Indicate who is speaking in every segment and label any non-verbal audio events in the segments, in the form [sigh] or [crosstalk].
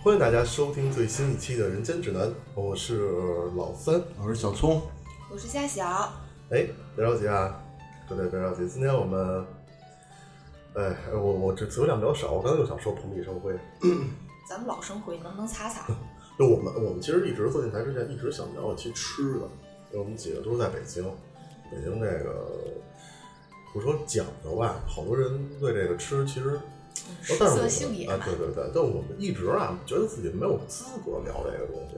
Speaker 1: 欢迎大家收听最新一期的《人间指南》，我是老三。
Speaker 2: 我是小聪，
Speaker 3: 我是夏小，
Speaker 1: 哎，别着急啊，各位别着急，今天我们，哎，我我这词汇量比较少，我刚才就想说蓬荜生辉。
Speaker 3: 咱们老生回能不能擦擦？
Speaker 1: 就我们我们其实一直做电台之前，一直想聊一期吃的，因为我们几个都是在北京，北京这个不说讲究吧，好多人对这个吃其实
Speaker 3: 嗯食
Speaker 1: 但是我
Speaker 3: 色
Speaker 1: 们
Speaker 3: 性也
Speaker 1: 啊
Speaker 3: 嘛，，
Speaker 1: 对对对，但我们一直啊，觉得自己没有资格聊这个东西，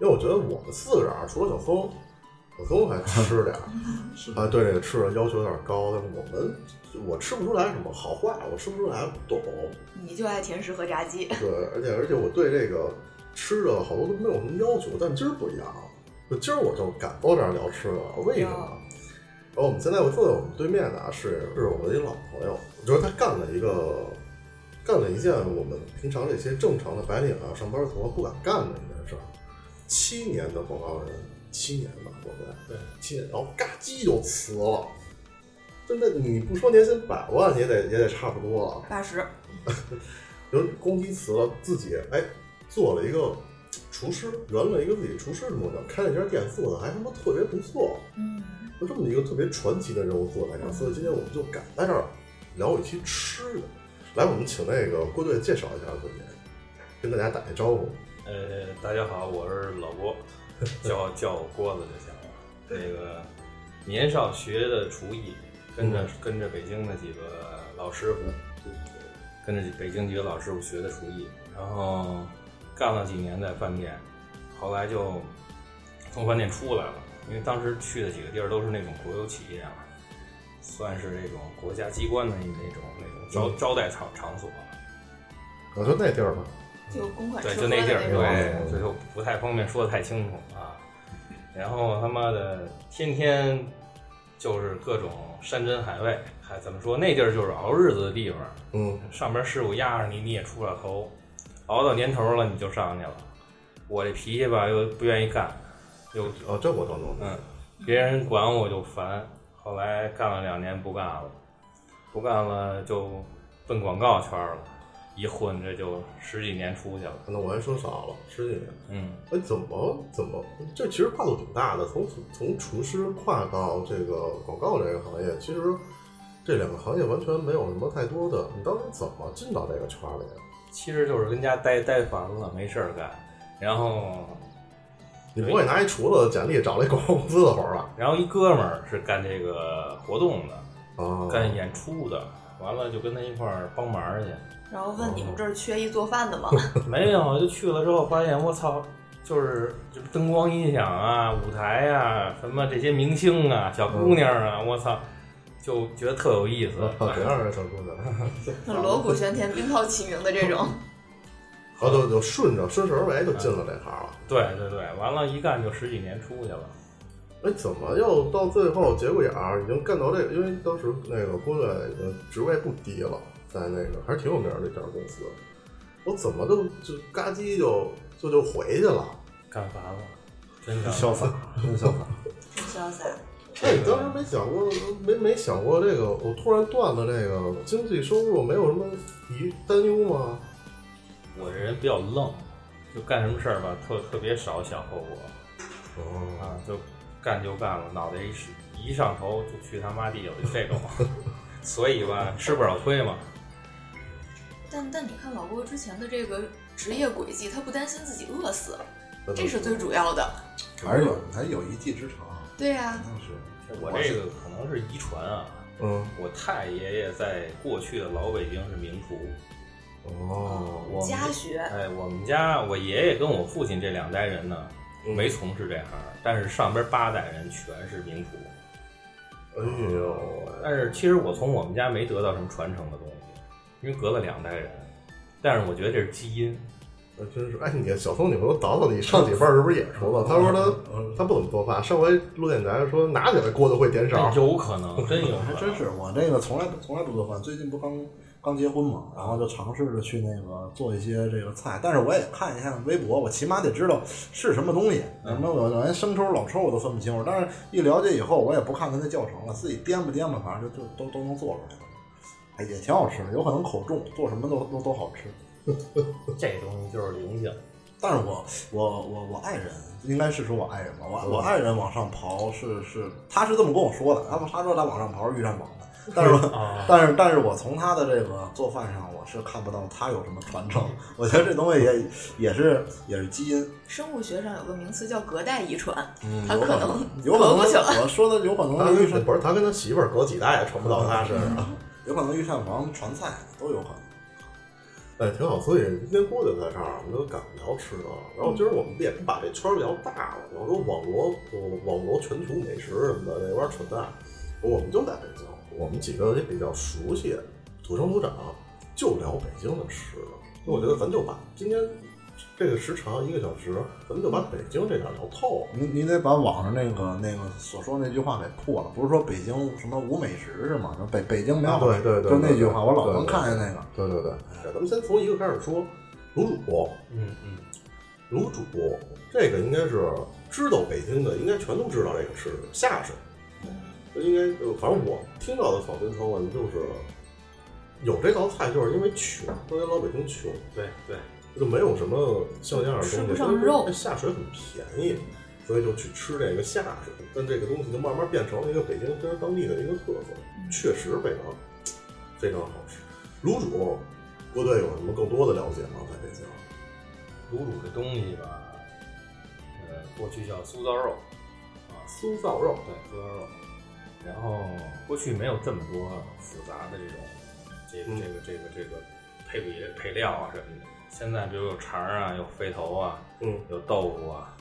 Speaker 1: 因为我觉得我们四个人啊，除了小松，小松还吃
Speaker 3: [laughs]
Speaker 1: 点儿
Speaker 2: 是
Speaker 1: 啊，对这个吃的要求有点高，但是我们我吃不出来什么好坏，我吃不出来，不懂。
Speaker 3: 你就爱甜食和炸鸡，
Speaker 1: 对，而且而且我对这个吃的好多都没有什么要求，但今儿不一样，就今儿我就敢到这儿聊吃的了，为什么
Speaker 3: 哟？
Speaker 1: 然后我们现在我坐在我们对面的啊，是是我的一老朋友，我觉得他干了一个干了一件我们平常这些正常的白领啊、上班族啊不敢干的一件事儿，七年的广告人，七年吧，我们对七年，然后嘎叽就辞了，真的你不说年薪百万也得也得差不多了。
Speaker 3: 八十，
Speaker 1: 就是公鸡辞了，自己哎做了一个厨师，圆了一个自己厨师的梦想，开了一家店，做的还他妈特别不错，
Speaker 3: 嗯，
Speaker 1: 就这么一个特别传奇的人物做在这儿，所以今天我们就赶在这儿聊一期吃的。来，我们请那个郭队介绍一下自己，跟大家打一招呼。
Speaker 4: 呃，大家好，我是老郭，叫叫我郭子就行了。那个年少学的厨艺，跟着、跟着北京的几个老师傅，跟着北京几个老师傅学的厨艺，然后干了几年在饭店，后来就从饭店出来了，因为当时去的几个地儿都是那种国有企业啊，算是那种国家机关的那种那种招招待场场所。啊
Speaker 1: 我啊说那地儿吧，
Speaker 3: 就公款
Speaker 4: 对，
Speaker 3: 吃
Speaker 4: 就
Speaker 3: 喝的
Speaker 4: 那地儿，
Speaker 3: 种，
Speaker 4: 对，所以就不太方便说的太清楚啊。然后他妈的天天就是各种山珍海味，还怎么说？那地儿就是熬日子的地方，
Speaker 1: 嗯，
Speaker 4: 上边师傅压着你，你也出不了头，熬到年头了你就上去了。我这脾气吧又不愿意干，又
Speaker 1: 哦，这我倒能。
Speaker 4: 嗯，别人管我就烦。后来干了两年不干了，不干了就奔广告圈了，一混这就十几年出去了。
Speaker 1: 可能我还说少了，十几年。
Speaker 4: 嗯，
Speaker 1: 哎，怎么怎么？这其实跨度挺大的，从从厨师跨到这个广告这个行业，其实这两个行业完全没有什么太多的。你当时怎么进到这个圈儿里啊的？
Speaker 4: 其实就是跟家待待烦了，没事儿干，然后
Speaker 1: 你不会拿一厨子简历找了一广告公司的活儿吧？
Speaker 4: 然后一哥们儿是干这个活动的，
Speaker 1: 啊，
Speaker 4: 干演出的，完了就跟他一块儿帮忙去。
Speaker 3: 然后问你们这儿缺一做饭
Speaker 1: [laughs]
Speaker 3: 的吗？
Speaker 4: 没有，就去了之后发现我操，就是这灯光音响啊、舞台啊、什么这些明星啊、小姑娘啊，我操，就觉得特有意思。
Speaker 1: 啊，别让人小姑 [laughs] 娘。
Speaker 3: 锣鼓喧天、鞭炮齐鸣的这
Speaker 1: [laughs]
Speaker 3: 种，
Speaker 1: 好，啊就就顺着顺势而为就进了这行了。
Speaker 4: 对对对，完了，一干就十几年出去了。
Speaker 1: 哎，怎么又到最后节骨眼儿已经干到这个？因为当时那个郭队的职位不低了，在那个还是挺有名儿的一家公司。我怎么就就嘎叽就就就回去
Speaker 2: 啊
Speaker 1: 了？
Speaker 4: 干烦了，真的。
Speaker 2: 潇洒，真潇洒。
Speaker 3: 真潇洒。
Speaker 1: 那你哎当时没想过，没没想过这个？我突然断了这个经济收入，没有什么疑担忧吗？
Speaker 4: 我这人比较愣，就干什么事儿吧，特特别少想后果。
Speaker 1: 哦，
Speaker 4: 啊，就干就干了，脑袋一使一上头就去他妈地了，就 [laughs] 这种，所以吧，吃不少亏嘛。
Speaker 3: 但但你看老郭之前的这个职业轨迹，他不担心自己饿死，
Speaker 1: 那
Speaker 3: 这是最主要的。
Speaker 2: 还是有还是有一技之长，
Speaker 3: 对呀、
Speaker 2: 肯定是。
Speaker 4: 我这个可能是遗传啊，
Speaker 1: 嗯
Speaker 4: 我太爷爷在过去的老北京是名厨，
Speaker 2: 嗯
Speaker 1: 哦
Speaker 4: 我们
Speaker 3: 家学，
Speaker 4: 哎，我们家我爷爷跟我父亲这两代人呢，
Speaker 1: 嗯
Speaker 4: 没从事这行，但是上边八代人全是名厨。
Speaker 1: 哎呦，
Speaker 4: 但是其实我从我们家没得到什么传承的东西，因为隔了两代人，但是我觉得这是基因。
Speaker 1: 那真是哎，你小峰，你回头倒倒，你上几份儿是不是也说了？他说他
Speaker 2: 嗯，
Speaker 1: 他不怎么做饭，上回录电台说拿起来锅就会点勺
Speaker 4: 哎。有可能，真有可
Speaker 2: 还
Speaker 4: 能，
Speaker 2: 真是我这个从来不从来不做饭，最近不刚刚结婚嘛，然后就尝试着去那个做一些这个菜，但是我也看一下微博，我起码得知道是什么东西，什么我连生抽老抽我都分不清楚，但是一了解以后，我也不看它的教程了，自己颠吧颠吧，反正就就都都能做出来了，哎，也挺好吃的，有可能口重，做什么都都都好吃。
Speaker 4: 这东西就是灵性，
Speaker 2: 但是我我我我爱人，应该是说我爱人吧，我我爱人往上刨是是，他是这么跟我说的，他他说他往上刨是遇上网的，但是 [laughs] 我
Speaker 4: 啊
Speaker 2: 但是但是我从他的这个做饭上，我是看不到他有什么传承，我觉得这东西也也是也是基因，
Speaker 3: 生物学上有个名词叫隔代遗传，
Speaker 2: 嗯，
Speaker 3: 他
Speaker 2: 有
Speaker 3: 可
Speaker 2: 可
Speaker 3: 能
Speaker 2: 有可能
Speaker 3: 隔过去了
Speaker 2: 我说的有可能
Speaker 1: 他
Speaker 2: 是
Speaker 1: 跟
Speaker 2: 御膳，
Speaker 1: 不是他跟他媳妇儿隔几代也传不到他身
Speaker 3: 嗯
Speaker 1: 上，
Speaker 2: 有可能御膳房传菜都有可能。
Speaker 1: 哎，挺好。所以今天郭就在这儿，我们就赶不聊吃的。然后今儿我们也把这圈儿聊大了，我说网罗网罗全球美食什么的那玩意儿存在，我们就在北京，我们几个也比较熟悉，土生土长，就聊北京的吃的。那我觉得咱就把今天这个时长一个小时，咱们就把北京这点儿聊透了。
Speaker 2: 你你得把网上那个那个所说那句话给破了，不是说北京什么无美食是吗？北北京没有、
Speaker 1: 啊对对对
Speaker 2: 就
Speaker 1: 对
Speaker 2: 那句话，
Speaker 1: 对
Speaker 2: 我老
Speaker 1: 对
Speaker 2: 能
Speaker 1: 对
Speaker 2: 看见那个。
Speaker 1: 对对对，咱们先从一个开始说，卤煮，
Speaker 4: 嗯嗯，
Speaker 1: 卤煮这个应该是知道北京的，应该全都知道这个吃的下水。应该呃反正我听到的坊间传闻就是有这道菜，就是因为穷，因为老北京穷，
Speaker 4: 对对，
Speaker 1: 就没有什么像样的东西，
Speaker 3: 吃不上肉
Speaker 1: 这哎下水很便宜，所以就去吃这个下水。但这个东西就慢慢变成了一个北京非常当地的一个特色，
Speaker 3: 嗯
Speaker 1: 确实非常非常好吃。卤煮，郭队有什么更多的了解吗？在北京？
Speaker 4: 卤煮这东西吧，呃，过去叫酥糟肉，啊，
Speaker 1: 酥造肉，
Speaker 4: 对，猪腰肉。然后过去没有这么多复杂的这种这个
Speaker 1: 嗯
Speaker 4: 这个这个这个配比配料啊什么的。现在比如有肠儿啊，有肥头啊，
Speaker 1: 嗯，
Speaker 4: 有豆腐啊，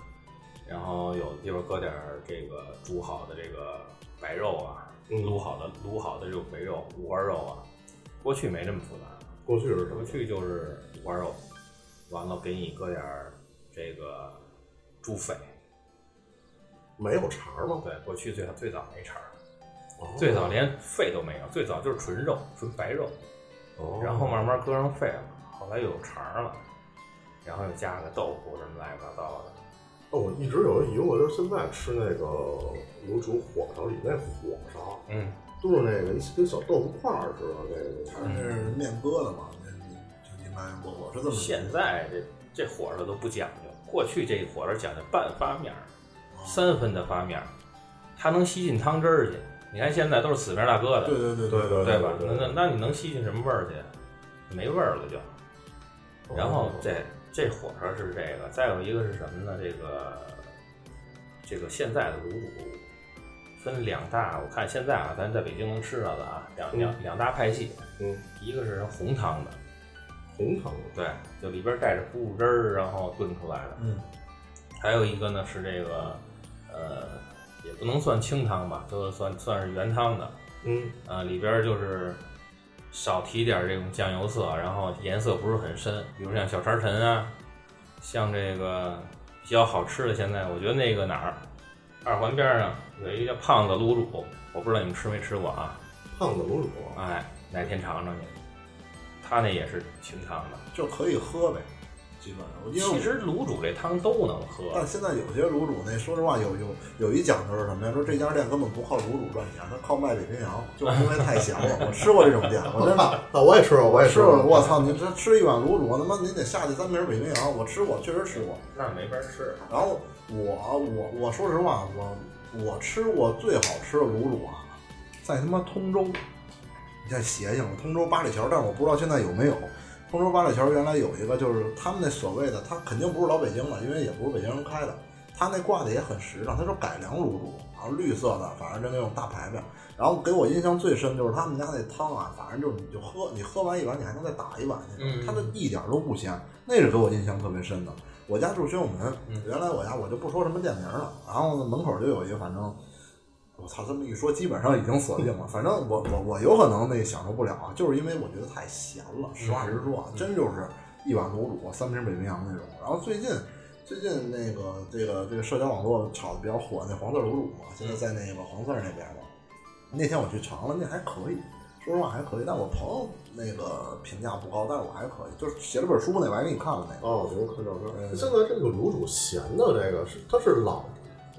Speaker 4: 然后有的地方搁点儿这个煮好的这个白肉啊，
Speaker 1: 嗯
Speaker 4: 卤好的卤好的这种肥肉、五花肉啊。过去没这么复杂，
Speaker 1: 过去是什
Speaker 4: 过
Speaker 1: 么？
Speaker 4: 去就是五花肉，完了给你搁点儿这个猪肺。
Speaker 1: 没有肠儿吗？
Speaker 4: 对，过去最早最早没肠儿。
Speaker 1: 哦
Speaker 4: 最早连肺都没有，最早就是纯肉、纯白肉，
Speaker 1: 哦
Speaker 4: 然后慢慢搁上肺了，后来又有肠儿了，然后又加个豆腐什么乱七八糟的。
Speaker 1: 哦，我一直有一疑惑，就是现在吃那个卤煮火烧里那火烧，
Speaker 4: 嗯，
Speaker 1: 就是那个一跟小豆腐块儿似的那个东
Speaker 2: 它
Speaker 1: 西。
Speaker 2: 是面疙瘩嘛，那就应该我我是这么
Speaker 4: 现在这这火烧都不讲究，过去这火烧讲究半发面儿、
Speaker 1: 哦
Speaker 2: 啊
Speaker 4: 三分的发面儿，它能吸进汤汁儿去。你看现在都是死面大疙瘩，
Speaker 2: 对对对
Speaker 1: 对对
Speaker 4: 对吧？
Speaker 1: 对哦
Speaker 4: 那那那你能吸进什么味儿去？没味儿了就。然后这这火烧是这个，再有一个是什么呢？这个这个现在的卤煮分两大，我看现在啊，咱在北京能吃到的啊，两两两大派系，
Speaker 1: 嗯，
Speaker 4: 一个是红汤的，
Speaker 1: 红糖
Speaker 4: 对，就里边带着腐乳汁儿，然后炖出来的；
Speaker 2: 嗯，
Speaker 4: 还有一个呢是这个呃，也不能算清汤吧，就是算算是原汤的，
Speaker 1: 嗯
Speaker 4: 啊，里边儿就是少提点儿这种酱油色，然后颜色不是很深，比如像小肠陈啊，像这个比较好吃的，现在我觉得那个哪儿，二环边儿上有一个叫胖子卤煮，我不知道你们吃没吃过啊？
Speaker 1: 胖子卤煮，啊
Speaker 4: 哎，哪天尝尝去，他那也是清汤的。
Speaker 2: 就可以喝呗，基本上。我因为我
Speaker 4: 其实卤煮这汤都能
Speaker 2: 但
Speaker 4: 喝，
Speaker 2: 现在有些卤煮那，说实话有有有一讲究是什么呀？说这家店根本不靠卤煮赚钱，它靠卖北冰洋，就是因为太咸了。我吃过这种店，我真的。
Speaker 1: 那我也吃过，我也
Speaker 2: 吃
Speaker 1: 吃
Speaker 2: 过，
Speaker 1: 过。
Speaker 2: 我操！你这吃一碗卤煮，他妈你得下去三瓶北冰洋。我吃过，确实吃过。
Speaker 4: 那没法吃。
Speaker 2: 然后我我我说实话，我我吃过最好吃的卤煮啊，在他妈通州，你太邪性了，通州八里桥，但是我不知道现在有没有。通州八里桥原来有一个，就是他们那所谓的，他肯定不是老北京的，因为也不是北京人开的。他那挂的也很时尚，他说改良卤煮，然后绿色的，反正就那种大牌面。然后给我印象最深就是他们家那汤啊，反正就是你就喝，你喝完一碗你还能再打一碗那种，
Speaker 4: 嗯
Speaker 2: 它的一点都不咸，那是给我印象特别深的。我家住宣武门
Speaker 4: 嗯，
Speaker 2: 原来我家我就不说什么店名了，然后呢门口就有一个，反正我操，这么一说基本上已经锁定了。反正我我我有可能那享受不了啊，就是因为我觉得太咸了。实话实说啊，真就是一碗卤煮三瓶北冰洋那种。然后最近最近那个这个这个社交网络炒的比较火那黄色卤煮嘛，现在在那个黄色那边嘛。那天我去尝了，那还可以，说实话还可以。但我朋友那个评价不高，但是我还可以，就是写了本书那我还给你看了那个。
Speaker 1: 哦，我看照片。
Speaker 2: 嗯
Speaker 1: 现在这个卤煮咸的这个是它是老，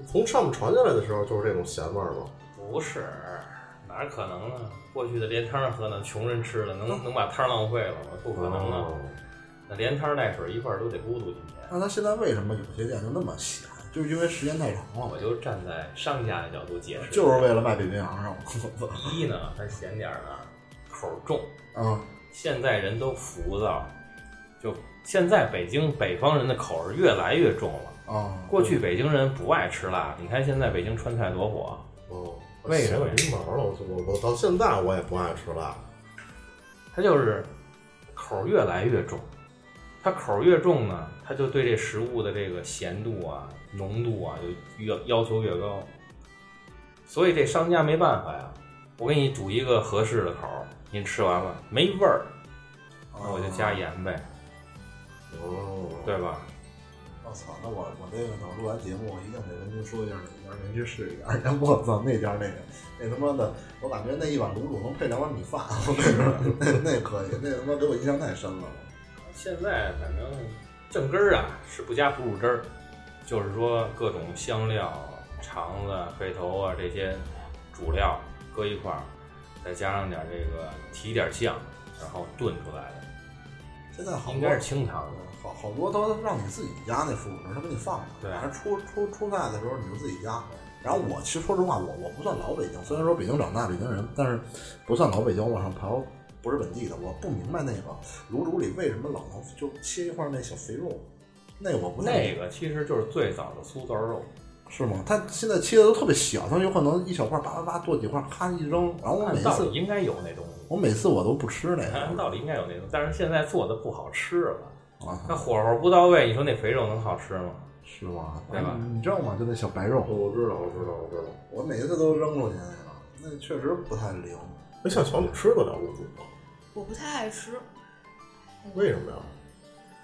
Speaker 1: 从上面传下来的时候就是这种咸味儿吗？
Speaker 4: 不是，哪可能啊呢？过去的连汤儿喝呢，穷人吃了能能把汤儿浪费了吗？不可能的。啊
Speaker 1: 哦
Speaker 4: 那连汤带水一块儿都得咕嘟进去。
Speaker 2: 那他现在为什么有些店就那么咸？就是因为时间太长了，
Speaker 4: 我就站在商家的角度解释，
Speaker 2: 就是为了卖北冰洋肉。我操！
Speaker 4: 一呢，它咸点儿呢，口儿重。
Speaker 2: 啊，
Speaker 4: 现在人都浮躁，就现在北京北方人的口儿越来越重了。
Speaker 2: 啊，
Speaker 4: 过去北京人不爱吃辣，你看现在北京川菜多火，
Speaker 1: 哦，
Speaker 4: 为什么
Speaker 1: 我没毛了，我我我到现在我也不爱吃辣。
Speaker 4: 它就是口儿越来越重。它口儿越重呢，它就对这食物的这个咸度啊、浓度啊就越要求越高。所以这商家没办法呀，我给你煮一个合适的口儿，您吃完了没味儿，那我就加盐呗，
Speaker 1: 哦，
Speaker 4: 对吧？
Speaker 2: 我操！那我我这个等录完节目，我一定得跟您说一下哪家您去试一下。然后 [laughs] 我操，那家那个那他妈的，我感觉那一碗卤煮能配两碗米饭，我跟你说，那那可以，那他妈给我印象太深了。
Speaker 4: 现在反正正根儿啊是不加腐乳汁儿，就是说各种香料、肠子、肺头啊这些主料搁一块儿，再加上点儿这个提点儿酱，然后炖出来的，
Speaker 2: 现在好
Speaker 4: 应
Speaker 2: 多
Speaker 4: 该是清汤的。
Speaker 2: 好好多都让你自己加那腐乳汁，他给你放了。
Speaker 4: 对
Speaker 2: 反正出出出菜的时候你就自己加。然后我其实说实话，我我不算老北京，虽然说北京长大北京人，但是不算老北京。我上朋友不是本地的，我不明白那个卤煮里为什么老能就切一块那小肥肉，那我不太
Speaker 4: 那个其实就是最早的酥糟肉，
Speaker 2: 是吗？他现在切的都特别小，他有可能一小块叭叭叭剁几块，咔一扔。然后我每
Speaker 4: 按
Speaker 2: 一
Speaker 4: 道理
Speaker 2: 次
Speaker 4: 应该有那东西，
Speaker 2: 我每次我都不吃那
Speaker 4: 按
Speaker 2: 个
Speaker 4: 道理应该有那东西，但是现在做的不好吃了。
Speaker 2: 啊，
Speaker 4: 那火候不到位，你说那肥肉能好吃吗？
Speaker 2: 是吗？嗯
Speaker 4: 对吧
Speaker 2: 你知道吗？就那小白肉，
Speaker 1: 我知道，我知道，我知道。
Speaker 2: 我每一次都扔出去那个，那确实不太灵。
Speaker 1: 那哎小乔，你吃得了卤煮吗？
Speaker 3: 我不太爱吃，
Speaker 1: 为什么呀？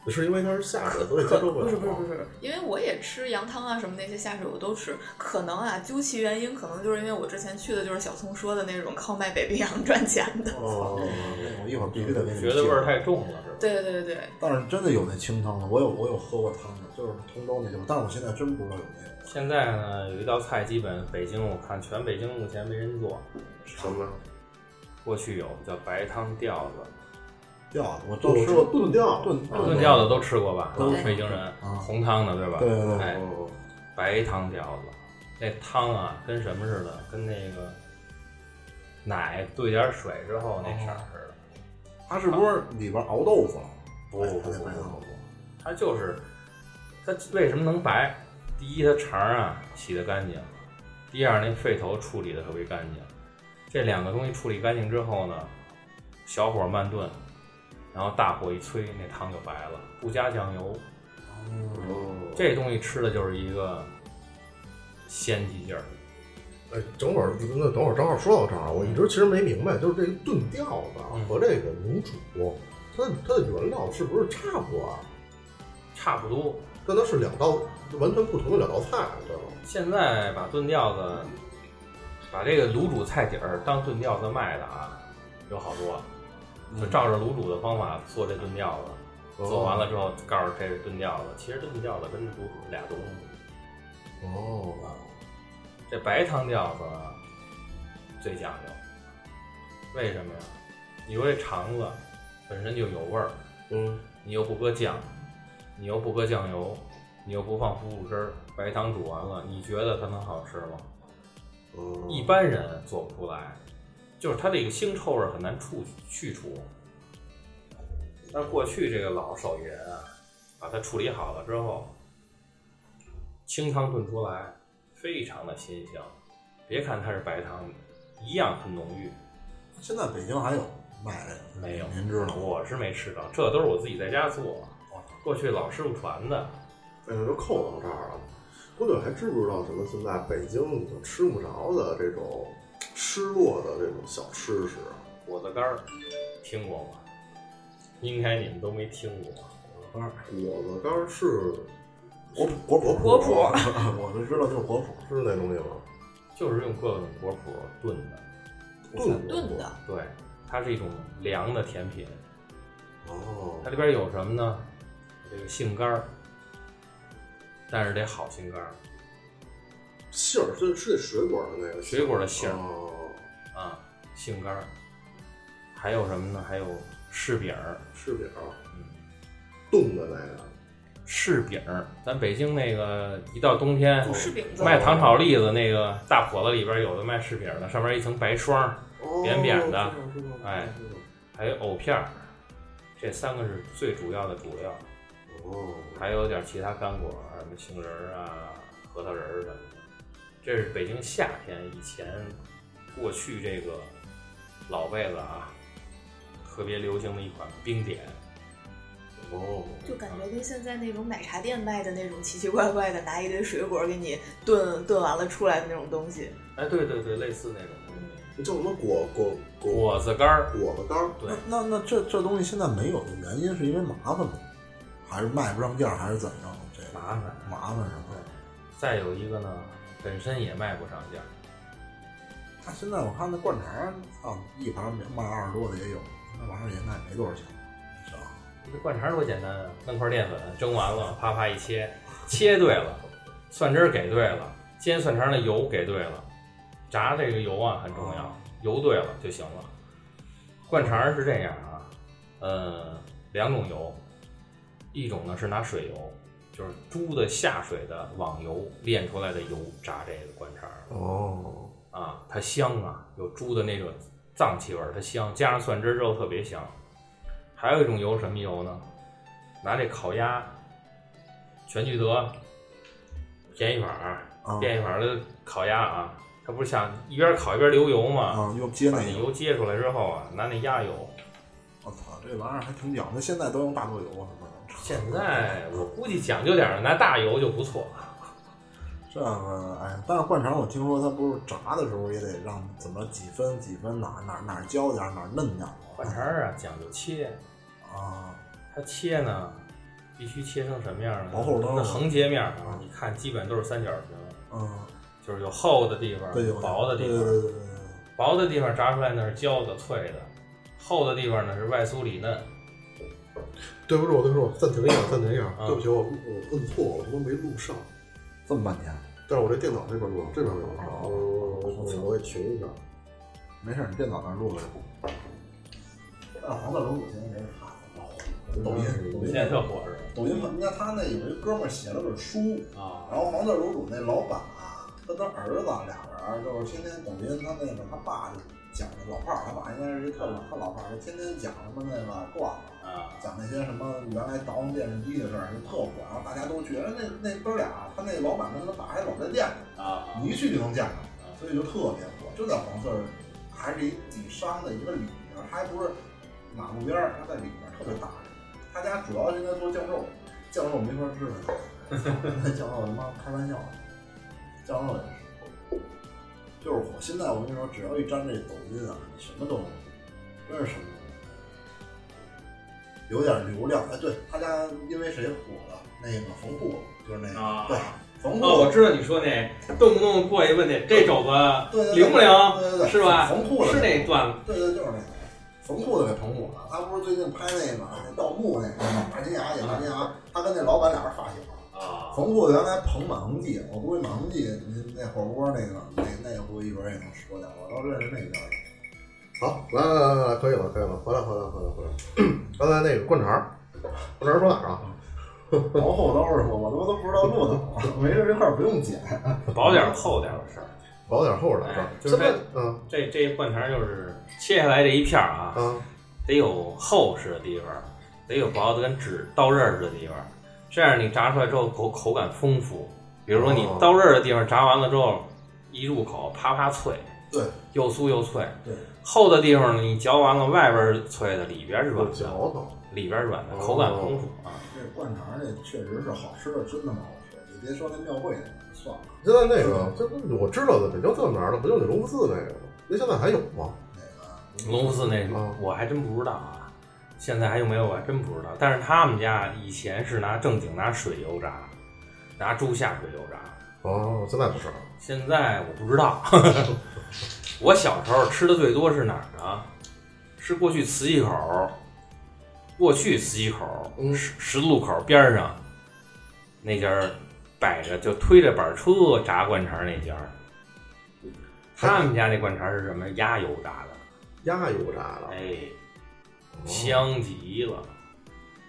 Speaker 1: 是因为它是下水，所以接受不了。
Speaker 3: 不是不是不是，因为我也吃羊汤啊什么那些下水我都吃，可能啊，究其原因，可能就是因为我之前去的就是小聪说的那种靠卖北冰洋赚钱 [laughs] 的。
Speaker 1: 哦，
Speaker 2: 那我一会儿必须得给你
Speaker 4: 觉得味儿
Speaker 2: 介绍
Speaker 4: 太重了，是吧？
Speaker 3: 对对对对，
Speaker 2: 但是真的有那清汤的，我有我有喝过汤的，就是通州那地方，但是我现在真不知道有没有。
Speaker 4: 现在呢，有一道菜，基本北京我看全北京目前没人做。
Speaker 1: 什么呀？
Speaker 4: 过去有叫白汤吊子，
Speaker 2: 吊子我
Speaker 1: 我
Speaker 2: 都
Speaker 1: 吃
Speaker 2: 吃
Speaker 1: 过
Speaker 2: 过
Speaker 1: 炖掉
Speaker 2: 炖
Speaker 1: 炖
Speaker 4: 炖吊子都吃过吧？
Speaker 2: 哦都
Speaker 3: 吃
Speaker 4: 北京人
Speaker 2: 啊
Speaker 4: 红汤的对吧？
Speaker 2: 对对对
Speaker 4: 哎，
Speaker 1: 哦
Speaker 4: 白汤吊子，那汤啊跟什么似的？跟那个奶兑点水之后那色儿似的。
Speaker 2: 它是不是里边熬豆腐了？
Speaker 4: 不不不不
Speaker 2: 白豆
Speaker 4: 不
Speaker 2: 腐，
Speaker 4: 它就是它为什么能白？第一，它肠儿啊洗得干净；第二，那肺头处理的特别干净。这两个东西处理干净之后呢，小火慢炖，然后大火一催，那汤就白了，不加酱油。
Speaker 2: 嗯
Speaker 1: 哦，
Speaker 4: 这东西吃的就是一个鲜气劲儿。
Speaker 1: 哎，等会儿，那等会儿，正好说到这儿，我一直其实没明白，就是这个炖吊子啊
Speaker 4: 嗯
Speaker 1: 和这个卤煮，它的它的原料是不是差不多啊？
Speaker 4: 差不多。
Speaker 1: 但它是两道完全不同的两道菜，对吧？
Speaker 4: 现在把炖吊子，把这个卤煮菜底儿当炖吊子卖的啊，有好多，
Speaker 2: 嗯
Speaker 4: 就照着卤煮的方法做这炖吊子，
Speaker 1: 嗯哦
Speaker 4: 做完了之后告诉这是炖吊子，其实炖吊子跟卤煮俩东西。
Speaker 1: 哦，
Speaker 4: 这白汤吊子呢最讲究，为什么呀？你说这肠子本身就有味儿，
Speaker 1: 嗯，
Speaker 4: 你又不搁酱，你又不搁酱油，你又不放腐乳汁儿，白汤煮完了，你觉得它能好吃吗？
Speaker 2: 嗯
Speaker 1: 哦
Speaker 4: 一般人做不出来，就是它这个腥臭味儿很难处去除。但过去这个老手艺人啊，把它处理好了之后，清汤炖出来，非常的鲜香。别看它是白汤，一样很浓郁。
Speaker 2: 现在北京还有卖这个？
Speaker 4: 没有
Speaker 2: 您知道吗？
Speaker 4: 我是没吃到，这都是我自己在家做
Speaker 2: 哇，
Speaker 4: 过去老师傅传的。
Speaker 1: 哎，就扣到这儿了。郭队还知不知道什么现在北京已经吃不着的这种失落的这种小吃食啊？
Speaker 4: 果子干儿，听过吗？应该你们都没听过。
Speaker 1: 果子干儿是
Speaker 2: 果脯果脯 [laughs]
Speaker 3: 果脯
Speaker 2: 我就知道就是果脯。
Speaker 1: 是那东西吗？
Speaker 4: 就是用各种果脯炖的，
Speaker 1: 炖
Speaker 3: 炖的
Speaker 4: 对，它是一种凉的甜品，
Speaker 1: 哦
Speaker 4: 它，里边有什么呢？这个杏干儿，但是得好杏干儿，
Speaker 1: 杏儿是是水果的那个
Speaker 4: 水果的杏儿
Speaker 1: 哦，
Speaker 4: 啊，杏干儿，还有什么呢？还有柿饼儿，
Speaker 1: 柿饼儿，
Speaker 4: 嗯，
Speaker 1: 冻的那个，
Speaker 4: 柿饼儿，咱北京那个一到冬天
Speaker 3: 不柿饼子，
Speaker 4: 卖糖炒栗子那个大笸子里边有的卖柿饼儿的，上面一层白霜儿，
Speaker 1: 哦
Speaker 4: 扁扁的，
Speaker 1: 知道知道知道
Speaker 4: 哎
Speaker 1: 知道
Speaker 4: 还有藕片儿，这三个是最主要的主料，
Speaker 1: 哦，
Speaker 4: 还有点其他干果儿，什么杏仁儿啊、核桃仁儿什么的。这是北京夏天以前，过去这个老辈子啊，特别流行的一款冰点，
Speaker 1: 哦，
Speaker 3: 就感觉跟现在那种奶茶店卖的那种奇奇怪怪的，拿一堆水果给你炖炖完了出来的那种东西。
Speaker 4: 哎，对对对，类似那种东西
Speaker 1: 那叫什么果果果
Speaker 4: 果子干儿，
Speaker 1: 果子干儿？
Speaker 4: 对
Speaker 2: 那，那那这这东西现在没有的原因是因为麻烦吗？还是卖不上价，还是怎么着？这个
Speaker 4: 麻烦。
Speaker 2: 麻烦是吧？
Speaker 4: 再有一个呢，本身也卖不上价，
Speaker 2: 那现在我看那灌肠儿，操，一盘卖二十多的也有，那玩意儿也卖没多少钱，是吧？
Speaker 4: 这灌肠多简单啊，弄块淀粉蒸完了，啪啪一切，切对了，蒜汁儿给对了，煎蒜肠的油给对了，炸这个油啊很重要，油对了就行了。灌肠是这样啊，呃，两种油，一种呢是拿水油，就是猪的下水的网油炼出来的油炸这个灌肠
Speaker 1: 哦，
Speaker 4: 啊，它香啊，有猪的那个脏气味儿，它香，加上蒜汁儿之后特别香。还有一种油什么油呢？拿这烤鸭，全聚德便宜坊儿
Speaker 2: 啊
Speaker 4: 便宜坊儿的烤鸭啊，它不是想一边烤一边流油吗？
Speaker 2: 啊，又接
Speaker 4: 把
Speaker 2: 那
Speaker 4: 那
Speaker 2: 油，
Speaker 4: 油接出来之后啊，拿那鸭油。
Speaker 2: 我操，这玩意儿还挺屌。那现在都用大豆油啊了，是吧？
Speaker 4: 现在我估计讲究点儿，拿大油就不错了。
Speaker 2: 这个，哎呀，但是灌肠我听说它不是炸的时候也得让怎么几分几分哪儿哪儿哪儿焦点儿哪儿嫩点儿
Speaker 4: 灌肠儿啊，讲究切，
Speaker 2: 啊，
Speaker 4: 它切呢必须切成什么样呢？
Speaker 2: 薄厚刀
Speaker 4: 那横截面儿啊，你看基本都是三角形。
Speaker 2: 嗯，
Speaker 4: 就是有厚的地方
Speaker 2: 对，有
Speaker 4: 薄的地
Speaker 2: 对
Speaker 4: 方，
Speaker 2: 对对对对，
Speaker 4: 薄的地方炸出来那是焦的、脆的，厚的地方呢是外酥里嫩。
Speaker 1: 对不住，对不住，暂停一下，暂停一下，
Speaker 4: 啊
Speaker 1: 对不起，我我摁错了，我他妈没录上，
Speaker 2: 这么半天，
Speaker 1: 但是我这电脑这边录，这边没有哦上，我我我我也停一下。
Speaker 2: 没事儿，你电脑那儿录着。但啊黄鹤楼我现在没人看，抖音抖
Speaker 4: 现
Speaker 2: 音
Speaker 4: 在特火是
Speaker 2: 抖音玩家他那有一哥们儿写了本书，
Speaker 4: 吧？啊，
Speaker 2: 然后黄鹤楼主那老板啊，跟他儿子俩人儿就是天天抖音，他那个他爸就讲的老炮儿，他爸应该是一特老他老炮儿，天天讲什么那个段子。
Speaker 4: 啊，
Speaker 2: 讲那些什么原来倒腾电视机的事儿，就特火，然后大家都去。哎那那哥俩，他那老板跟他爸还老在店里，
Speaker 4: 啊
Speaker 2: 你一去就能见着，所以就特别火。就在黄四儿，还是一底商的一个里边儿，他还不是马路边儿，他在里边儿特别大。他家主要现在做酱肉，酱肉没法吃了，那 [laughs] 酱肉他妈开玩笑，酱肉也是，就是火。现在我跟你说，只要一沾这抖音啊，你什么都能，真是什么都能。有点流量。哎，对他家因为谁火了？那个冯固，就是那个、
Speaker 4: 啊
Speaker 2: 对冯固、
Speaker 4: 哦，我知道你说那动不动过去问那这肘
Speaker 2: 对
Speaker 4: 子
Speaker 2: 对对
Speaker 4: 灵不灵，
Speaker 2: 对对对
Speaker 4: 是吧？
Speaker 2: 冯裤子
Speaker 4: 是那段子，
Speaker 2: 对对，就是那个冯裤子给捧火了。他不是最近拍那个那盗墓那个大金牙演大金牙，他跟那老板俩人发小。
Speaker 4: 啊，
Speaker 2: 冯裤子原来捧满恒记，我估计满恒记那那火锅那个那那估计一会儿也能说点，我倒认识那个叫什么
Speaker 1: 好，来来来来来，可以了，可以了，回来回来回来回来。嗯刚才那个灌肠儿，灌肠儿说哪儿啊？
Speaker 2: 薄厚刀是吧？ [laughs] 我他妈都不知道录的，没事这块儿不用剪。
Speaker 4: 薄点儿厚点儿的事儿。
Speaker 1: 保点后点儿是吧
Speaker 4: 哎就是
Speaker 1: 现在嗯
Speaker 4: 这这灌肠就是切下来这一片儿啊，
Speaker 1: 啊，
Speaker 4: 得有厚实的地方，得有薄的跟纸刀刃儿似的地方，这样你炸出来之后口口感丰富。比如说你
Speaker 1: 哦
Speaker 4: 刀刃儿的地方炸完了之后，一入口啪啪脆，
Speaker 2: 对，
Speaker 4: 又酥又脆。
Speaker 2: 对，
Speaker 4: 厚的地方呢，你嚼完了外边儿脆的，里边儿软
Speaker 1: 有嚼
Speaker 4: 的，
Speaker 1: 头，
Speaker 4: 里边儿软的，
Speaker 1: 哦
Speaker 4: 口感丰富啊。
Speaker 2: 这灌肠这确实是好吃的，真他妈好吃。你别说那庙会那个，算了，
Speaker 1: 现在那个，这不我知道的，北京特哪儿的不就那龙福寺那个吗？那现在还有吗？
Speaker 2: 那个
Speaker 4: 龙福寺那
Speaker 1: 哦
Speaker 4: 我还真不知道啊，现在还有没有我还真不知道。但是他们家以前是拿正经拿水油炸，拿猪下水油炸。
Speaker 1: 哦，现在不是了。
Speaker 4: 现在我不知道， [laughs] 我小时候吃的最多是哪儿呢？是过去磁器口儿，过去磁器口儿
Speaker 1: 嗯
Speaker 4: 十十字路口儿边儿上那家儿摆着就推着板车炸灌肠儿那家儿，他们家那灌肠儿是什么鸭油炸的，
Speaker 1: 哦鸭油炸的，
Speaker 4: 哎，香极了。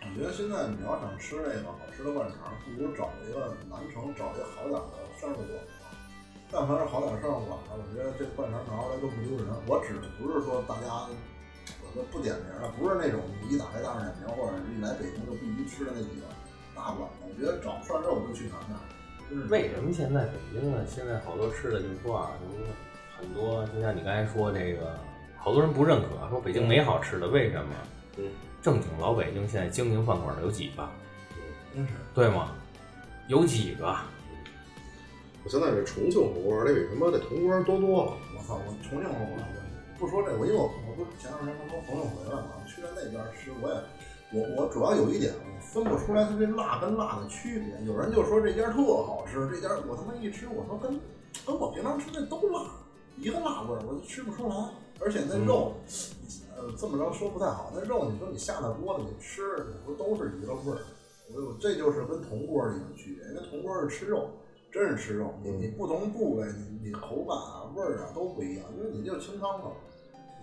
Speaker 2: 我觉得现在你要想吃这个好吃的灌肠，不如找一个南城找一个好点儿的涮肉馆子。但凡是好点儿涮肉馆子，我觉得这灌肠拿出来都不丢人。我指的不是说大家，我们不点名了，不是那种一打开大众点评或者是一来北京就必须吃的那几个大馆子。我觉得找涮肉就去南那儿，就是
Speaker 4: 为什么现在北京呢？现在好多吃的就是说啊，就是很多，就像你刚才说这个，好多人不认可，说北京没好吃的，为什么？
Speaker 1: 嗯，
Speaker 4: 正经老北京现在经营饭馆的有几个，
Speaker 2: 真是
Speaker 4: 对吗？有几个？
Speaker 1: 我哦现在这重庆火锅儿那比他妈这铜锅儿多多了。
Speaker 2: 我操！我重庆火锅，我不说这，我因为我我不是前两天刚从重庆回来嘛，去了那边吃，我也我我主要有一点，我分不出来它这辣跟辣的区别。有人就说这家特好吃，这家我他妈一吃，我说跟跟我平常吃那都辣，一个辣味儿我就吃不出来。而且那肉，呃，这么着说不太好，那肉你说你下到锅里你吃，你说都是一个味儿。我就这就是跟铜锅儿的一个区别，因为铜锅儿是吃肉，真是吃肉，你你不同部位，你你口感啊、味儿啊都不一样，因为你就是清汤口，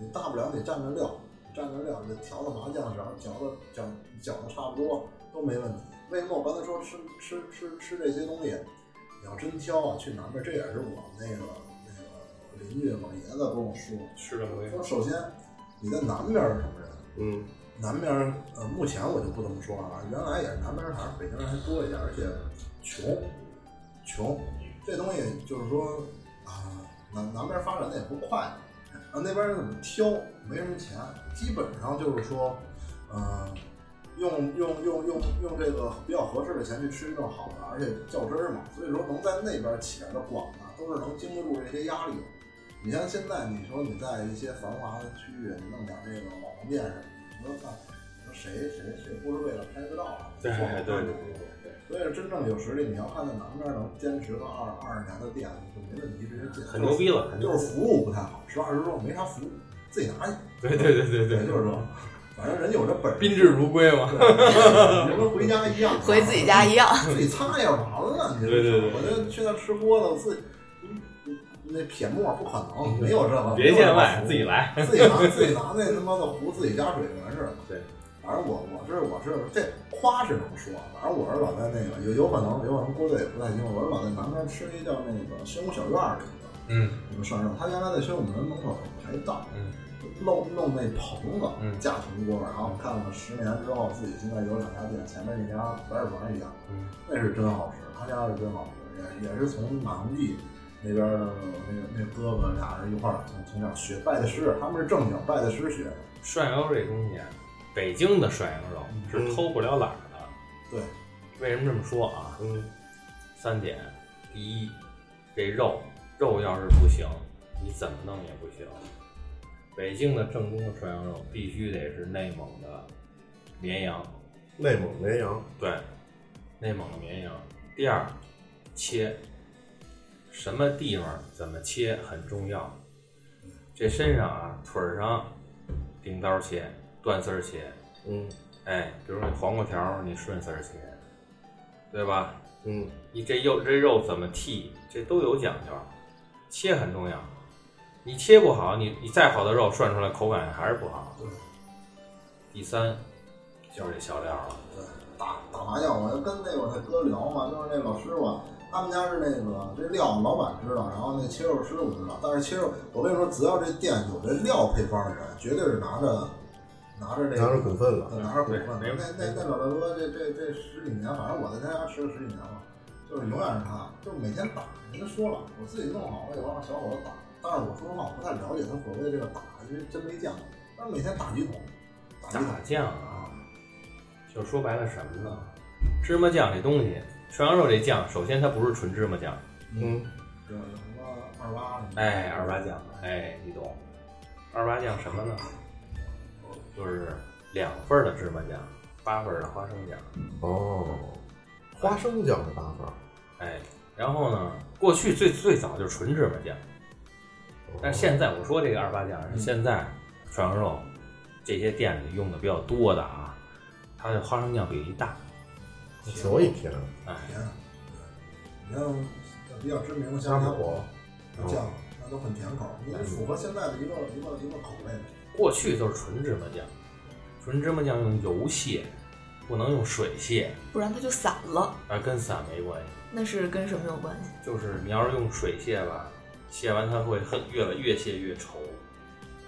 Speaker 2: 你大不了你蘸着料，蘸着料，你调的麻酱啥，搅的搅搅的差不多都没问题。为什么我刚才说吃吃吃吃这些东西，你要真挑啊，去南边，这也是我那个那个邻居老爷子跟我说，
Speaker 4: 吃的没
Speaker 2: 说首先你在南边是什么人？
Speaker 1: 嗯，
Speaker 2: 南边儿呃，目前我就不这么说了啊，原来也是南边儿还是北京人还多一点，而且穷，穷，这东西就是说啊，南南边儿发展的也不快，啊那边儿人怎么挑，没什么钱，基本上就是说，呃，用用用用用这个比较合适的钱去吃一顿好的，而且较真儿嘛，所以说能在那边儿起来的馆子，啊都是能经得住这些压力的。你像现在，你说你在一些繁华的区域，你弄点这个网红店什么的，你说看，你说谁谁谁不是为了拍个照啊？
Speaker 4: 对
Speaker 2: 做好看
Speaker 4: 对
Speaker 2: 的
Speaker 4: 对
Speaker 2: 工作所以真正有实力，你要看在南边能坚持个二二十年的店，就没问题，直接进。
Speaker 4: 很牛逼了，很
Speaker 2: 就
Speaker 4: 牛
Speaker 2: 是
Speaker 4: 逼
Speaker 2: 服务不太好，实话实说没啥服务，自己拿去。
Speaker 4: 对对对对
Speaker 2: 对，就是这种，反正人有这本事，
Speaker 4: 宾至如归嘛。
Speaker 2: 对，你跟回家一
Speaker 3: [laughs]
Speaker 2: 样，
Speaker 3: 回自己家一样。
Speaker 2: 自己擦呀，完了，你
Speaker 4: 对对对
Speaker 2: 我就去那吃锅子，我自己。嗯嗯那撇沫不可能，没有这
Speaker 4: 嗯
Speaker 2: 个，
Speaker 4: 别见外，
Speaker 2: 没有
Speaker 4: 自己来。
Speaker 2: 这个服务自己拿自己拿那他妈的壶自己加水就完事儿了。
Speaker 4: 对，
Speaker 2: 反正我我是我是这夸是能说，反正我是老在那个有有可能有可能郭队也不太清楚，我是老在南边吃一叫那个宣武小院儿里的
Speaker 4: 嗯
Speaker 2: 那个涮肉，他原来在宣武门门口排档，
Speaker 4: 嗯
Speaker 2: 弄弄那棚子
Speaker 4: 嗯
Speaker 2: 架铜锅，然后看了十年之后，自己现在有两家店，前面那家不二王一家，
Speaker 4: 嗯
Speaker 2: 那是真好吃，他家是真好吃，也也是从马洪记那边儿的那个那哥哥俩人一块儿从从小学拜的师，他们是正经拜的师学的。
Speaker 4: 涮羊肉这东西啊，北京的涮羊肉是偷不了懒儿的。
Speaker 2: 对，
Speaker 4: 为什么这么说啊？
Speaker 1: 嗯，
Speaker 4: 三点：第一，这肉肉要是不行，你怎么弄也不行。北京的正宗的涮羊肉必须得是内蒙的绵羊，
Speaker 1: 内蒙绵羊，
Speaker 4: 对，内蒙的绵羊。第二，切，什么地方怎么切很重要。这身上啊，腿儿上顶刀切，断丝儿切，
Speaker 1: 嗯
Speaker 4: 哎，比如说你黄瓜条儿，你顺丝儿切，对吧？
Speaker 1: 嗯，
Speaker 4: 你这肉这肉怎么剔，这都有讲究，切很重要。你切不好，你你再好的肉涮出来口感还是不好。
Speaker 2: 对
Speaker 4: 第三就是这小料了，
Speaker 2: 对，打打麻将，我就跟那我那哥聊嘛，就是那老师傅，他们家是那个这料老板知道，然后那切肉师傅知道，但是切肉，我跟你说，只要这店有这料配方的人，绝对是拿着拿着这个
Speaker 1: 拿着股份了。
Speaker 2: 拿着股份，
Speaker 4: 对没
Speaker 2: 那那那老大哥这这这十几年，反正我在他家吃了十几年了，就是永远是他，就是每天打。人家说了，我自己弄好，我也让小伙子打。但是我说实话，我不太了解他所谓的这个打，因为真没见过。但是每天打几桶，打几桶
Speaker 4: 打酱啊，
Speaker 2: 啊，
Speaker 4: 就说白了什么呢？芝麻酱这东西，涮羊肉这酱，首先它不是纯芝麻酱，
Speaker 1: 嗯，
Speaker 2: 有有什么二八什么？
Speaker 4: 哎，二八酱，哎，你懂。二八酱什么呢？
Speaker 2: 哦
Speaker 4: 就是两份儿的芝麻酱，八份儿的花生酱。
Speaker 1: 哦，花生酱是八分儿，
Speaker 4: 哎，然后呢，过去最最早就是纯芝麻酱，但是现在我说这
Speaker 1: 哦
Speaker 4: 个二八酱是现在涮羊肉这些店里用的比较多的啊，它的花生酱比例大，
Speaker 1: 所以天，啊
Speaker 4: 哎，
Speaker 2: 你看，你看比较知名的
Speaker 1: 加
Speaker 2: 像
Speaker 1: 火
Speaker 2: 火酱，那都很甜口，也
Speaker 4: 嗯
Speaker 2: 符合现在的一个一个一个口味。
Speaker 4: 过去就是纯芝麻酱，纯芝麻酱用油蟹不能用水蟹，
Speaker 3: 不然它就散了。
Speaker 4: 啊，跟伞没关系。
Speaker 3: 那是跟什么有关系？
Speaker 4: 就是你要是用水蟹吧，蟹完它会很越来越蟹越稠，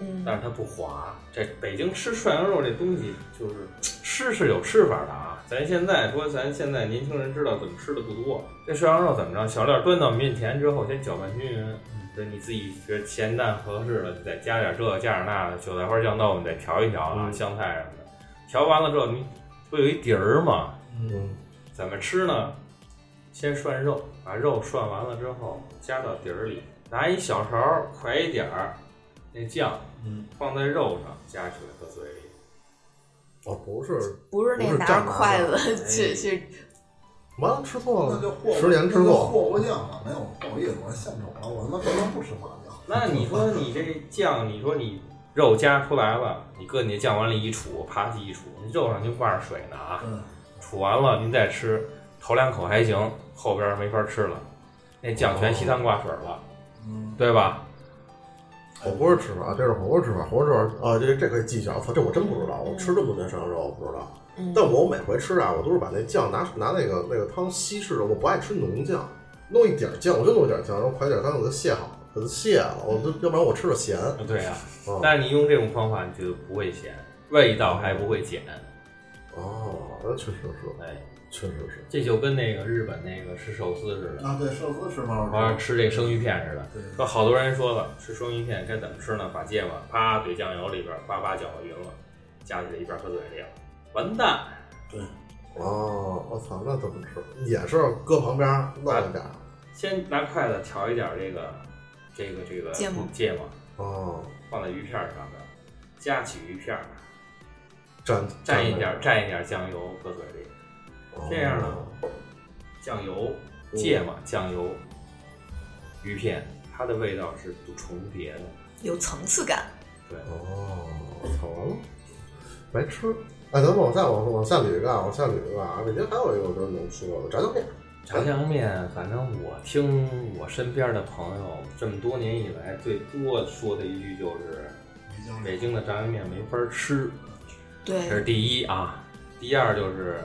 Speaker 3: 嗯，
Speaker 4: 但是它不滑。这北京吃涮羊肉这东西，就是吃是有吃法的啊。咱现在说，咱现在年轻人知道怎么吃的不多。这涮羊肉怎么着？小料端到面前之后，先搅拌均匀。嗯对，你自己觉得咸淡合适了，你再加点这个，加点那的，韭菜花、酱豆腐，你再调一调啊，
Speaker 1: 嗯
Speaker 4: 香菜什么的。调完了之后，你不有一底儿吗？
Speaker 1: 嗯，
Speaker 4: 怎么吃呢？先涮肉，把肉涮完了之后加到底儿里，拿一小勺儿㧟一点儿那酱，
Speaker 2: 嗯，
Speaker 4: 放在肉上夹起来搁嘴 [laughs] 里。
Speaker 1: 哦，不是，
Speaker 3: 不是那
Speaker 1: 不是
Speaker 3: 拿
Speaker 1: 蘸
Speaker 3: 筷
Speaker 1: 麻
Speaker 3: 子 [laughs]
Speaker 4: 哎
Speaker 3: 去去，
Speaker 1: 完了吃错
Speaker 2: 那就
Speaker 1: 了
Speaker 2: 霍，霍
Speaker 1: 十年之
Speaker 2: 那就
Speaker 1: 后，
Speaker 2: 霍霍酱了，没有，不好意思，我献丑了，我他妈不能不吃麻酱。
Speaker 4: 那你说你这酱，你说你肉夹出来了，你搁你酱往里一杵，啪叽一杵，你肉上就挂着水呢啊，
Speaker 2: 嗯，
Speaker 4: 杵完了您再吃，头两口还行，后边没法吃了，那酱全稀汤挂水了，
Speaker 2: 嗯，
Speaker 4: 对吧？
Speaker 1: 火锅吃法，这是火锅吃法，火锅吃嗯法啊，这这可以记一下。我操，这我真不知道，我吃这么多年涮羊肉，我不知道。
Speaker 3: 嗯，
Speaker 1: 但我每回吃啊，我都是把那酱拿拿那个那个汤稀释的，我不爱吃浓酱，弄一点儿酱，我就弄一点儿酱，然后㧟点儿汤给它卸好，给它卸了，我就要不然我吃着咸。
Speaker 4: 对啊 [laughs] 哦呀、
Speaker 1: 嗯
Speaker 4: 但是你用这种方法，你就不会咸，味道还不会减。
Speaker 1: 哦，那确实是，
Speaker 4: 哎，
Speaker 1: 确实是。
Speaker 4: 这就跟那个日本那个吃寿司似的，
Speaker 2: 啊，对，寿司吃包
Speaker 4: 好像
Speaker 2: 子，
Speaker 4: 吃这生鱼片似的。
Speaker 2: 对，
Speaker 4: 说好多人说了，吃生鱼片该怎么吃呢？把芥末啪怼酱油里边，叭叭搅和匀了，夹起来一边搁嘴里了，完蛋！
Speaker 1: 哦，我操，那怎么吃？也是搁旁边
Speaker 4: 啊
Speaker 1: 儿弄一点儿。
Speaker 4: 先拿筷子调一点这个这个这个
Speaker 3: 芥末
Speaker 4: 芥末
Speaker 1: 哦，
Speaker 4: 放在鱼片上边，夹起鱼片，
Speaker 1: 蘸
Speaker 4: 蘸一点蘸一点酱油搁嘴里，
Speaker 1: 哦
Speaker 4: 这样呢酱油、
Speaker 2: 哦
Speaker 1: 嗯
Speaker 4: 芥末、酱油、鱼片，它的味道是不重叠的。
Speaker 3: 有层次感。
Speaker 4: 对，
Speaker 1: 哦，操完了，白吃。哎，咱们往下往往下捋一个啊，往下捋一个啊。北京还有一个我觉得能吃过的炸酱面。
Speaker 4: 炸酱面，反正我听我身边的朋友这么多年以来，最多说的一句就是
Speaker 2: 鱼浆
Speaker 4: 北京的炸酱面没法吃，这
Speaker 3: 对，
Speaker 4: 是第一啊。第二就是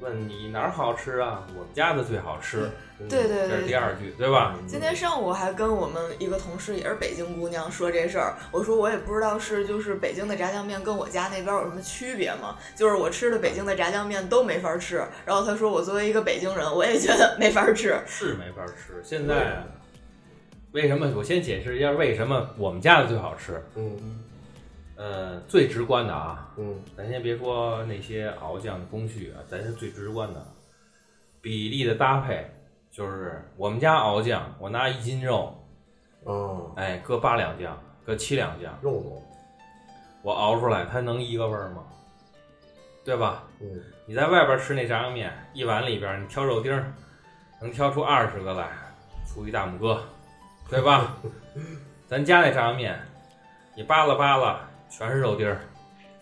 Speaker 4: 问你哪儿好吃啊？我们家的最好吃，
Speaker 3: 对对
Speaker 4: 这是
Speaker 3: 对
Speaker 4: 第二句，对吧？
Speaker 3: 今天上午还跟我们一个同事，也是北京姑娘说这事儿。我说我也不知道是就是北京的炸酱面跟我家那边有什么区别吗？就是我吃的北京的炸酱面都没法吃。然后她说我作为一个北京人，我也觉得没法吃。
Speaker 4: 是没法吃。现在为什么？我先解释一下为什么我们家的最好吃。
Speaker 1: 嗯
Speaker 4: 呃，最直观的啊，
Speaker 1: 嗯
Speaker 4: 咱先别说那些熬酱的工序啊，咱是最直观的，比例的搭配，就是我们家熬酱，我拿一斤肉，
Speaker 1: 哦，
Speaker 4: 哎，搁八两酱，搁七两酱，
Speaker 1: 肉粽。
Speaker 4: 我熬出来，它能一个味儿吗？对吧？
Speaker 1: 嗯，
Speaker 4: 你在外边吃那炸酱面，一碗里边你挑肉丁儿，能挑出二十个来，除一大拇哥，对吧？ [laughs] 咱家那炸酱面，你扒拉扒拉，全是肉丁儿，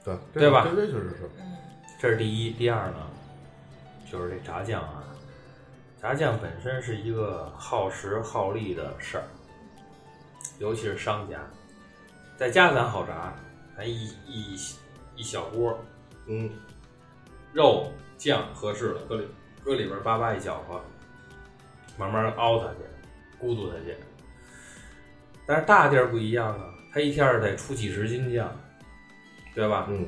Speaker 1: 对
Speaker 4: 对吧
Speaker 1: 这这确实是。
Speaker 3: 嗯，
Speaker 4: 这是第一，第二呢，就是这炸酱啊，炸酱本身是一个耗时耗力的事儿，尤其是商家，在家咱好炸，咱一一一小锅
Speaker 1: 嗯
Speaker 4: 肉酱合适了，搁里搁里边叭叭一搅和，慢慢熬它去，咕嘟它去。但是大地儿不一样啊，它一天儿得出几十斤酱，对吧？
Speaker 1: 嗯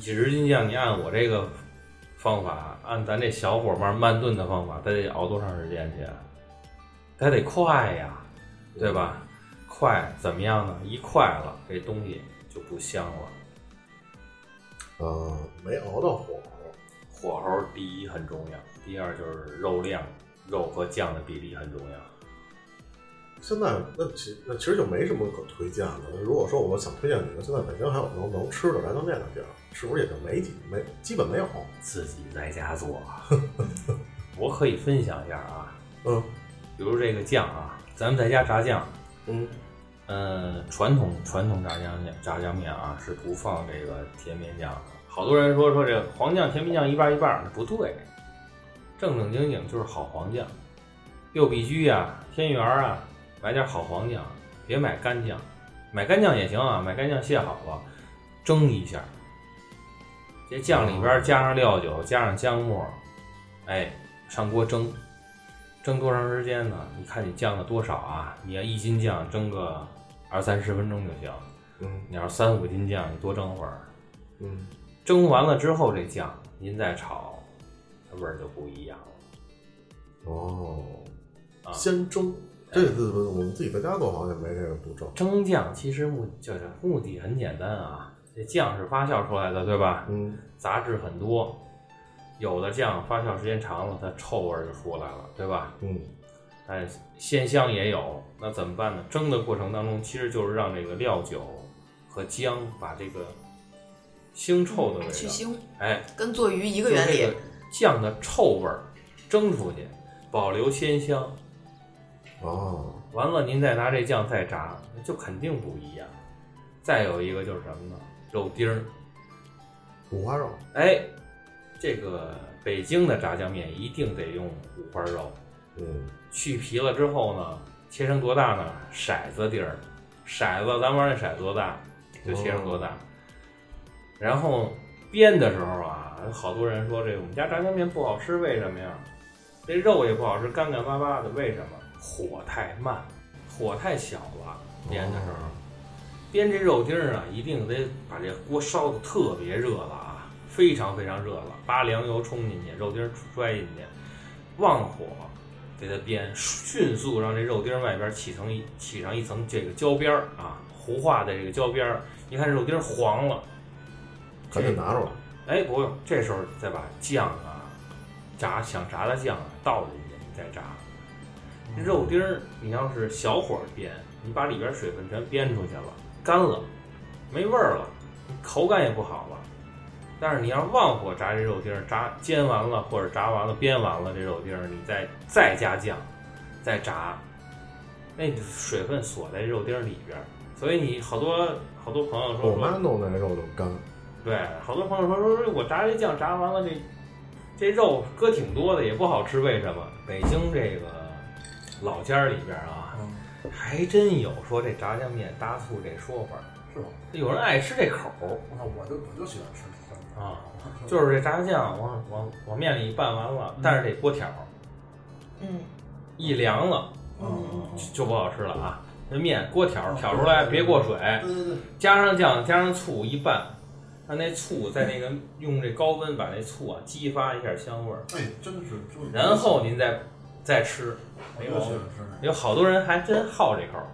Speaker 4: 几十斤酱，你按我这个方法，按咱这小火慢慢炖的方法，它得熬多长时间去啊？它得快呀，对吧？快怎么样呢？一快了，这东西就不香了。
Speaker 1: 啊，没熬到火候。
Speaker 4: 火候第一很重要，第二就是肉量，肉和酱的比例很重要。
Speaker 1: 现在那其那其实就没什么可推荐的。如果说我想推荐几个，现在北京还有能能吃的炸酱面的地儿，是不是也就没几没基本没有？
Speaker 4: 自己在家做， [laughs] 我可以分享一下啊，
Speaker 1: 嗯
Speaker 4: 比如这个酱啊，咱们在家炸酱，
Speaker 1: 嗯
Speaker 4: 呃，传统传统炸酱面炸酱面啊是不放这个甜面酱的。好多人说说这黄酱甜面酱一半一半，那不对，正正经经就是好黄酱。六必居啊，天元儿啊，买点好黄酱，别买干酱。买干酱也行啊，买干酱卸好了，蒸一下，这酱里边儿加上料酒，加上姜末，哎，上锅蒸，蒸多长时间呢？你看你酱了多少啊？你要一斤酱蒸个二三十分钟就行，
Speaker 1: 嗯
Speaker 4: 你要是三五斤酱，你多蒸会儿。
Speaker 1: 嗯
Speaker 4: 蒸完了之后，这酱您再炒，它味儿就不一样了
Speaker 1: 哦，
Speaker 4: 啊。
Speaker 1: 先蒸，这次我们自己在家做好像没这个步骤。
Speaker 4: 蒸酱其实目就是目的很简单啊，这酱是发酵出来的，对吧？
Speaker 1: 嗯
Speaker 4: 杂质很多，有的酱发酵时间长了，它臭味儿就出来了，对吧？
Speaker 1: 嗯
Speaker 4: 哎，鲜香也有，那怎么办呢？蒸的过程当中，其实就是让这个料酒和姜把这个腥臭的味
Speaker 3: 嗯去
Speaker 4: 道，
Speaker 3: 腥，
Speaker 4: 哎，
Speaker 3: 跟做鱼一
Speaker 4: 一
Speaker 3: 个原理。，
Speaker 4: 酱的臭味儿蒸出去，保留鲜香。
Speaker 1: 哦，
Speaker 4: 完了，您再拿这酱再炸，就肯定不一样。再有一个就是什么呢？肉丁儿，
Speaker 1: 五花肉
Speaker 4: 哎，这个北京的炸酱面一定得用五花肉，
Speaker 1: 嗯
Speaker 4: 去皮了之后呢，切成多大呢？骰子底儿，骰子，咱玩那骰子多大，就切成多大。然后煸的时候啊，好多人说这我们家炸酱面不好吃，为什么呀？这肉也不好吃，干干巴巴的，为什么？火太慢，火太小了，煸的时候。煸这肉丁儿啊，一定得把这锅烧的特别热了啊，非常非常热了，扒凉油冲进去，肉丁儿摔进去，旺火给它煸，迅速让这肉丁儿外边起成一起上一层这个焦边儿啊，糊化的这个焦边儿，你看肉丁儿黄了，
Speaker 1: 赶紧拿出来。
Speaker 4: 哎，不用，这时候再把酱啊，炸想炸的酱啊倒进去，你再炸。
Speaker 1: 嗯
Speaker 4: 肉丁儿，你要是小火煸，你把里边水分全煸出去了，干了，没味儿了，口感也不好了。但是你要旺火炸这肉丁儿，炸煎完了或者炸完了、煸完了这肉丁儿，你再再加酱，再炸，那你水分锁在这肉丁儿里边儿，所以你好多好多朋友说说，
Speaker 1: 我妈弄那肉就干，
Speaker 4: 对，好多朋友说说说我炸这酱炸完了这这肉搁挺多的也不好吃，为什么？北京这个老家儿里边儿啊，
Speaker 2: 嗯
Speaker 4: 还真有说这炸酱面搭醋这说法儿，
Speaker 2: 是吧？
Speaker 4: 有人爱吃这口儿
Speaker 2: 那我就我就喜欢吃这酸菜
Speaker 4: 啊，就是这炸酱往往往面里一拌完了，但是这锅条儿
Speaker 3: 嗯，
Speaker 4: 一凉了
Speaker 2: 嗯嗯
Speaker 4: 就不好吃了啊。这面锅条儿挑出来，别过水，
Speaker 2: 嗯，对对对，
Speaker 4: 加上酱，加上醋一拌，让那醋在那个用这高温把那醋啊激发一下香味儿，
Speaker 2: 哎，真是就是
Speaker 4: 然后您再再吃，
Speaker 2: 我
Speaker 4: 没
Speaker 2: 就
Speaker 4: 毛
Speaker 2: 喜
Speaker 4: 病
Speaker 2: 欢。吃那个
Speaker 4: 有好多人还真好这口儿，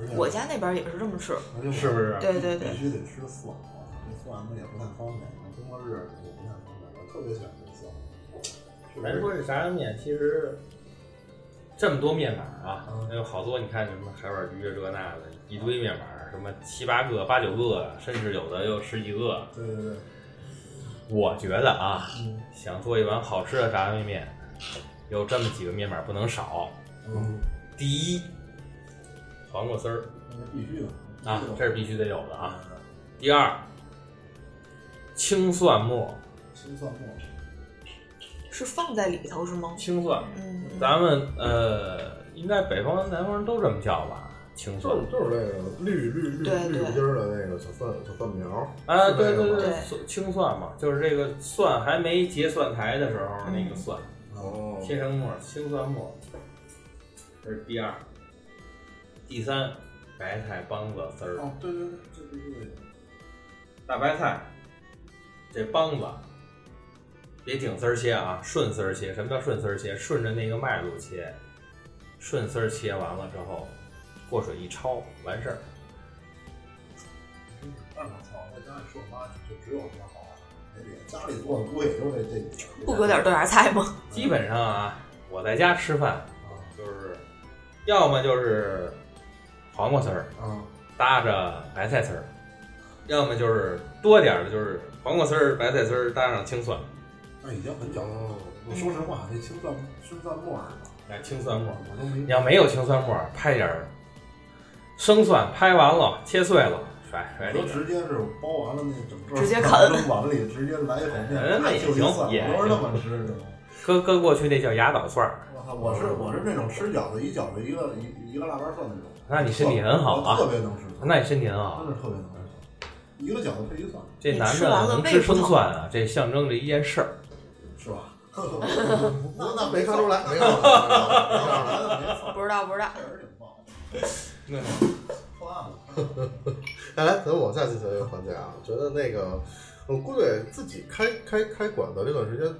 Speaker 2: 而且
Speaker 4: 嗯
Speaker 3: 我家那边也是这么吃。
Speaker 2: 而且我
Speaker 4: 是不是？
Speaker 3: 对对对
Speaker 2: 必，须得吃啊蒜，我操，这蒜也不太方便，工作日也不太方便，我特别喜欢吃蒜。是不
Speaker 4: 咱
Speaker 2: 是
Speaker 4: 说这炸酱面，其实这么多面板儿啊
Speaker 2: 嗯，
Speaker 4: 还有好多你看什么海碗鱼这那的，一堆面板儿，什么七八个、八九个，甚至有的有十几个。
Speaker 2: 对对对，
Speaker 4: 我觉得啊，
Speaker 2: 嗯
Speaker 4: 想做一碗好吃的炸酱面，有这么几个面板儿不能少。
Speaker 2: 嗯，
Speaker 4: 第一，黄瓜丝儿
Speaker 2: 那是必须的
Speaker 4: 啊，
Speaker 2: 必须的
Speaker 4: 这是必须得有的啊。第二，青蒜末，
Speaker 2: 青蒜末，
Speaker 3: 是放在里头是吗？
Speaker 4: 青蒜，
Speaker 3: 嗯，
Speaker 4: 咱们呃，应该北方、南方都这么叫吧？青蒜
Speaker 1: 就是就是那个绿绿绿
Speaker 3: 对
Speaker 1: 绿
Speaker 3: 对
Speaker 1: 筋儿的那个小蒜小蒜苗儿。
Speaker 4: 啊，
Speaker 1: 是这个
Speaker 4: 对对
Speaker 1: 吗
Speaker 4: 对
Speaker 3: 对，
Speaker 4: 蒜青蒜嘛，就是这个蒜还没结蒜苔的时候，那个蒜
Speaker 1: 哦
Speaker 4: 切成末，青蒜末。这是第二，第三，白菜帮子丝儿，
Speaker 2: 哦，对对对，这必须得有。
Speaker 4: 大白菜，这帮子，别顶丝儿切啊，顺丝儿切。什么叫顺丝儿切？顺着那个脉路切，顺丝儿切完了之后，过水一焯，完事儿。
Speaker 2: 但是我操，在家里说我妈就只有这好，没别的家里做的锅也就这这几个。
Speaker 3: 不搁点豆芽菜吗？ [laughs]
Speaker 4: 基本上啊，我在家吃饭
Speaker 2: 啊
Speaker 4: 就是，要么就是黄瓜丝儿
Speaker 2: 啊，
Speaker 4: 搭着白菜丝儿，要么就是多点儿的，就是黄瓜丝儿、白菜丝儿搭上青蒜，
Speaker 2: 那已经很讲究了。
Speaker 1: 哦，
Speaker 3: 嗯
Speaker 2: 我说实话，这青蒜青蒜末儿，
Speaker 4: 来青蒜末。
Speaker 2: 我都没
Speaker 4: 你要没有青蒜末儿，拍点儿生蒜，拍完了切碎了甩甩里
Speaker 2: 我都
Speaker 4: 边儿。
Speaker 2: 直接是包完了那整个
Speaker 3: 直接
Speaker 2: [laughs]
Speaker 3: 啃
Speaker 2: 扔碗里，直接来一口面，
Speaker 4: 嗯那也
Speaker 2: 就一
Speaker 4: 行
Speaker 2: 蒜，
Speaker 4: 也
Speaker 2: 我都是那么吃的。
Speaker 4: 搁搁过去那叫牙倒蒜儿，
Speaker 2: 我操，我是我是那种吃饺子一饺子一个一一个腊八蒜那种，
Speaker 4: 那你身体很好
Speaker 2: 我特
Speaker 4: 啊，
Speaker 2: 别能吃蒜，
Speaker 4: 那你身体很好。
Speaker 2: 真是特别能吃蒜。一个饺子配一蒜，
Speaker 4: 这
Speaker 3: 你
Speaker 4: 男
Speaker 3: 吃
Speaker 4: 的
Speaker 3: 完了
Speaker 4: 能
Speaker 3: 胃
Speaker 4: 吃
Speaker 3: 不
Speaker 4: 生
Speaker 3: 疼
Speaker 4: 蒜啊，这象征着一件事儿。
Speaker 2: 是 [laughs] 吧？
Speaker 1: 那那没看出来，没看出来没看出来，没看出来。
Speaker 2: 来没
Speaker 3: 不知道不知道，
Speaker 2: 确实挺棒的，
Speaker 4: 那
Speaker 2: 破案 [laughs] 了。
Speaker 1: 来来，咱们往下进行一个环节啊。我觉得那个，我估计自己开开开馆的这段时间，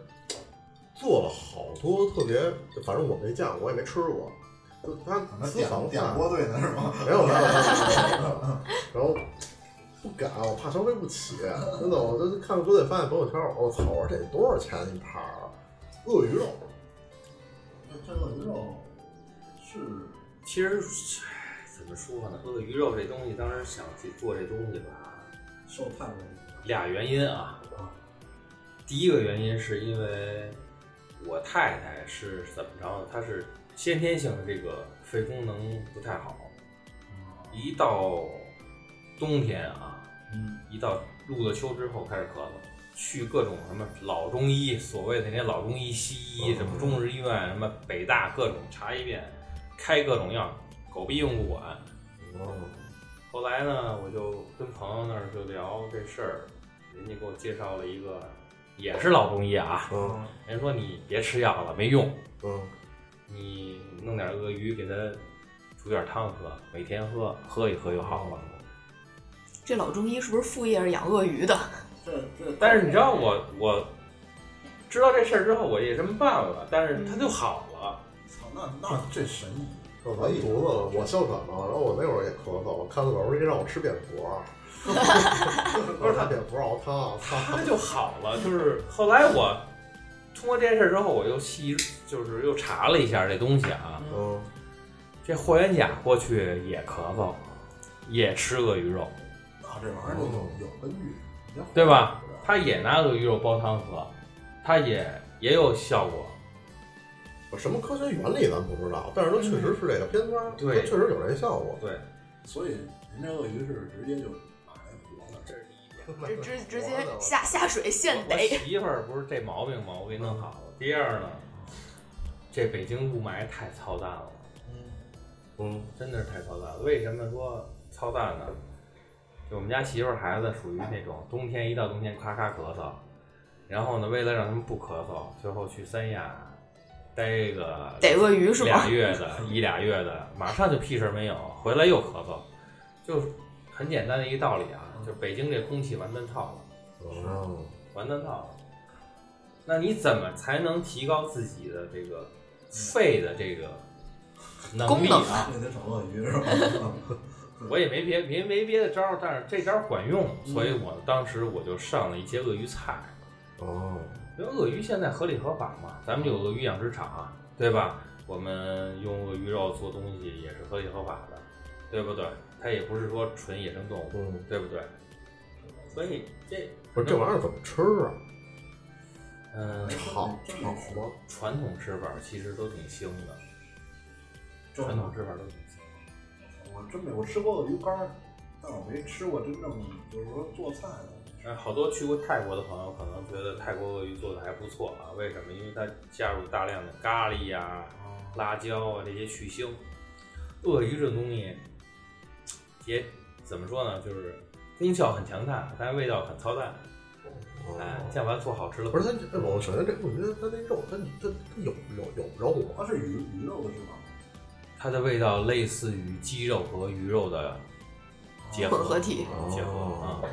Speaker 1: 做了好多特别，反正我没见过，我也没吃过。就他
Speaker 2: 可能
Speaker 1: 私房
Speaker 2: 点
Speaker 1: 菜
Speaker 2: 点锅对呢是吗？
Speaker 1: 没有没有没有没有，没有 [laughs] 然后不敢，我怕消费不起，真的，我就看锅仔饭朋友圈，我操，我说这多少钱一盘儿啊？鳄鱼肉，
Speaker 2: 这这鳄鱼肉是
Speaker 4: 其实唉怎么说呢，鳄鱼肉这东西，当时想去做这东西吧，
Speaker 2: 受泰国
Speaker 4: 俩原因啊。第一个原因是因为我太太是怎么着呢？她是先天性的这个肺功能不太好，一到冬天啊，
Speaker 2: 嗯，
Speaker 4: 一到入了秋之后开始咳嗽，去各种什么老中医，所谓的那些老中医、西医，什么中日医院，什么北大各种查一遍，开各种药，狗逼用不管。后来呢，我就跟朋友那儿就聊这事儿，人家给我介绍了一个，也是老中医啊，
Speaker 1: 嗯
Speaker 4: 人说你别吃药了，没用，
Speaker 1: 嗯
Speaker 4: 你弄点鳄鱼给它煮点汤喝，每天喝，喝一喝就好了。
Speaker 3: 这老中医是不是副业是养鳄鱼的？
Speaker 2: 这这，
Speaker 4: [laughs] 但是你知道我我知道这事儿之后，我也这么办了，但是它就好了。
Speaker 2: 操那那这神医
Speaker 1: 我完犊子了，我哮喘嘛，然后我那会儿也咳嗽，我看到老师让我吃蝙蝠，不是他蝙蝠熬汤，我操！
Speaker 4: 它就好了。就是后来我通过这件事之后，我又细就是又查了一下这东西啊，
Speaker 1: 嗯，
Speaker 4: 这霍元甲过去也咳嗽，也吃鳄鱼肉，
Speaker 2: 那这玩意儿就有有根据，
Speaker 4: 对吧？他也拿鳄鱼肉煲汤喝，他也也有效果。
Speaker 1: 什么科学原理咱不知道，但是它确实是这个偏方，它
Speaker 4: 对
Speaker 1: 确实有这效果。
Speaker 4: 对，
Speaker 2: 所以您这鳄鱼是直接就买活的，
Speaker 4: 这是一点。
Speaker 3: 直直直接下下水现
Speaker 4: 我
Speaker 3: 逮。
Speaker 4: 媳妇儿不是这毛病吗？我给弄好了。第二呢，这北京雾霾太操蛋了。
Speaker 1: 嗯
Speaker 4: 真的是太操蛋了。为什么说操蛋呢？就我们家媳妇儿孩子属于那种冬天一到冬天咔咔咳嗽，然后呢，为了让他们不咳嗽，最后去三亚待个
Speaker 3: 逮鳄鱼是吗
Speaker 4: 俩？月的，一俩月的，马上就屁事儿没有，回来又咳嗽，就是很简单的一个道理啊，就北京这空气完蛋套了。
Speaker 1: 哦，
Speaker 4: 完蛋套了。那你怎么才能提高自己的这个肺的这个能力
Speaker 3: 功能
Speaker 4: 啊？
Speaker 2: 那得找鳄鱼是吧？
Speaker 4: 我也没别没没别的招儿，但是这招儿管用，所
Speaker 3: 嗯
Speaker 4: 以我当时我就上了一些鳄鱼菜。
Speaker 1: 哦，
Speaker 4: 因为鳄鱼现在合理合法嘛，咱们有鳄鱼养殖场，对吧？我们用鳄鱼肉做东西也是合理合法的，对不对？它也不是说纯野生动物，
Speaker 1: 嗯，
Speaker 4: 对不对？所以这
Speaker 1: 不是这玩意儿怎么吃啊？
Speaker 4: 嗯、
Speaker 1: 炒炒吗？
Speaker 4: 传统吃法其实都挺腥的，
Speaker 2: 这
Speaker 4: 传统吃法都挺腥的。
Speaker 2: 我真没，我吃过鳄鱼干儿，但我没吃过真正就是说做菜的。
Speaker 4: 哎，好多去过泰国的朋友可能觉得泰国鳄鱼做的还不错啊，为什么？因为它加入大量的咖喱呀、辣椒啊这些去腥。鳄鱼这种东西也怎么说呢，就是功效很强大，但是味道很操蛋。哎，
Speaker 1: 哦，
Speaker 4: 像把它做好吃了，
Speaker 1: 不是它，哎我首先这我觉得它那肉，它它它有有有肉啊吗？
Speaker 2: 它是鱼鱼肉的是吧？
Speaker 4: 它的味道类似于鸡肉和鱼肉的结合
Speaker 3: 混合体
Speaker 4: 结合啊
Speaker 1: 哦。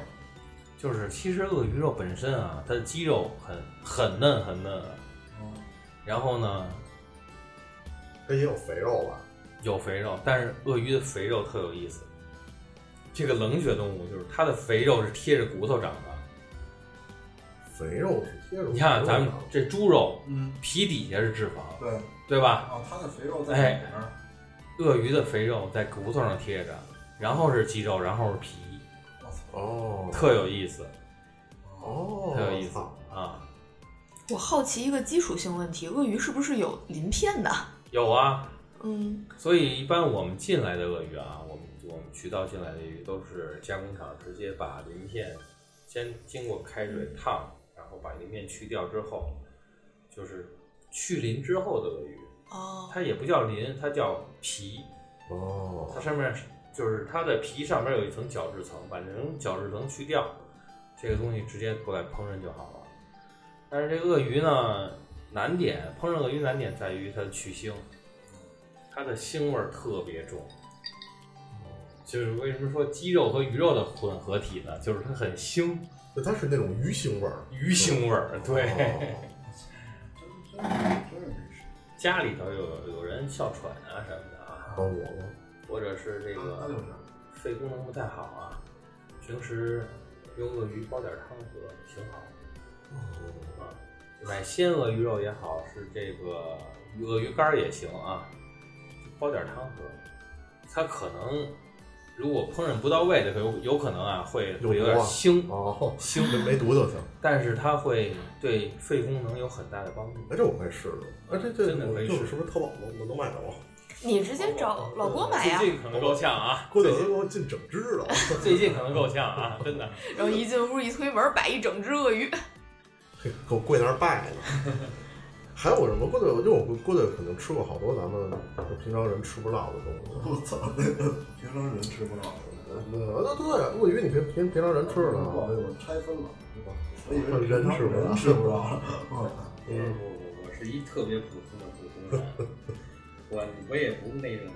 Speaker 4: 就是其实鳄鱼肉本身啊，它的肌肉很很嫩很嫩，啊
Speaker 2: 嗯，
Speaker 4: 然后呢
Speaker 1: 它也有肥肉啊吧？
Speaker 4: 有肥肉，但是鳄鱼的肥肉特有意思。这个冷血动物就是它的肥肉是贴着骨头长的，
Speaker 1: 肥肉是贴着。
Speaker 4: 你看咱们这猪肉
Speaker 2: 嗯，
Speaker 4: 皮底下是脂肪，
Speaker 2: 对，
Speaker 4: 对吧？
Speaker 2: 啊，它的肥肉在
Speaker 4: 哎
Speaker 2: 里面儿。
Speaker 4: 鳄鱼的肥肉在骨头上贴着，然后是肌肉，然后是皮，
Speaker 2: 我操！
Speaker 1: 哦
Speaker 4: 特有意思，
Speaker 1: 哦，
Speaker 4: 特有意思
Speaker 1: 操
Speaker 4: 啊！
Speaker 3: 我好奇一个基础性问题，鳄鱼是不是有鳞片的？
Speaker 4: 有啊，
Speaker 3: 嗯，
Speaker 4: 所以一般我们进来的鳄鱼啊，我们我们渠道进来的鱼都是加工厂直接把鳞片先经过开水烫，然后把鳞片去掉之后，就是去鳞之后的鳄鱼，
Speaker 3: 哦，
Speaker 4: 它也不叫鳞，它叫皮，
Speaker 1: 哦
Speaker 4: 它上面就是它的皮上面有一层角质层，把那层角质层去掉，这个东西直接过来烹饪就好了。但是这鳄鱼呢，难点烹饪鳄鱼难点在于它的去腥，它的腥味儿特别重。就是为什么说鸡肉和鱼肉的混合体呢？就是它很腥，
Speaker 1: 就它是那种鱼腥味儿，
Speaker 4: 鱼腥味儿。对，
Speaker 1: 哦
Speaker 2: 哎真真是真是，
Speaker 4: 家里头有有人哮喘啊什么的啊，
Speaker 1: 哦，我吗？
Speaker 4: 或者是这
Speaker 2: 啊那就
Speaker 4: 个
Speaker 2: 是
Speaker 4: 肺功能不太好啊，平时用鳄鱼煲点汤喝挺好。啊，买鲜鳄鱼肉也好，是这个鳄鱼干儿也行啊，煲点汤喝。它可能如果烹饪不到位的时候，有有可能啊会
Speaker 1: 有
Speaker 4: 会有点
Speaker 1: 毒啊
Speaker 4: 腥，
Speaker 1: 哦，
Speaker 4: 腥
Speaker 1: 没没毒就行。
Speaker 4: 但是它会对肺功能有很大的帮助。
Speaker 1: 哎，这我可以试试。哎，这这
Speaker 4: 真的可以
Speaker 1: 就
Speaker 4: 试
Speaker 1: 是是不是淘宝能能买着啊吗？
Speaker 3: 你直接找老郭买呀
Speaker 4: 最，近可能够呛啊，
Speaker 1: 郭德纲给我进整只了。 [laughs]
Speaker 4: 最近可能够呛啊，真的。
Speaker 3: 然后一进屋一推门，摆一整只鳄鱼。
Speaker 1: 嘿给我跪那儿拜呢。还有什么郭队？因为我郭队肯定吃过好多咱们平常人吃不到的东西。
Speaker 2: 我操，那个平常人吃不到，
Speaker 1: 那那对，啊鳄鱼你平平平常人吃
Speaker 2: 不好
Speaker 1: 呢？
Speaker 2: 意思，我拆分了，我以为是
Speaker 1: 人吃不着
Speaker 2: 人吃不着，
Speaker 4: 不
Speaker 2: 嗯
Speaker 4: 是不不不，是一特别普通的普通 [laughs] 人。我我也不是那 [laughs] 种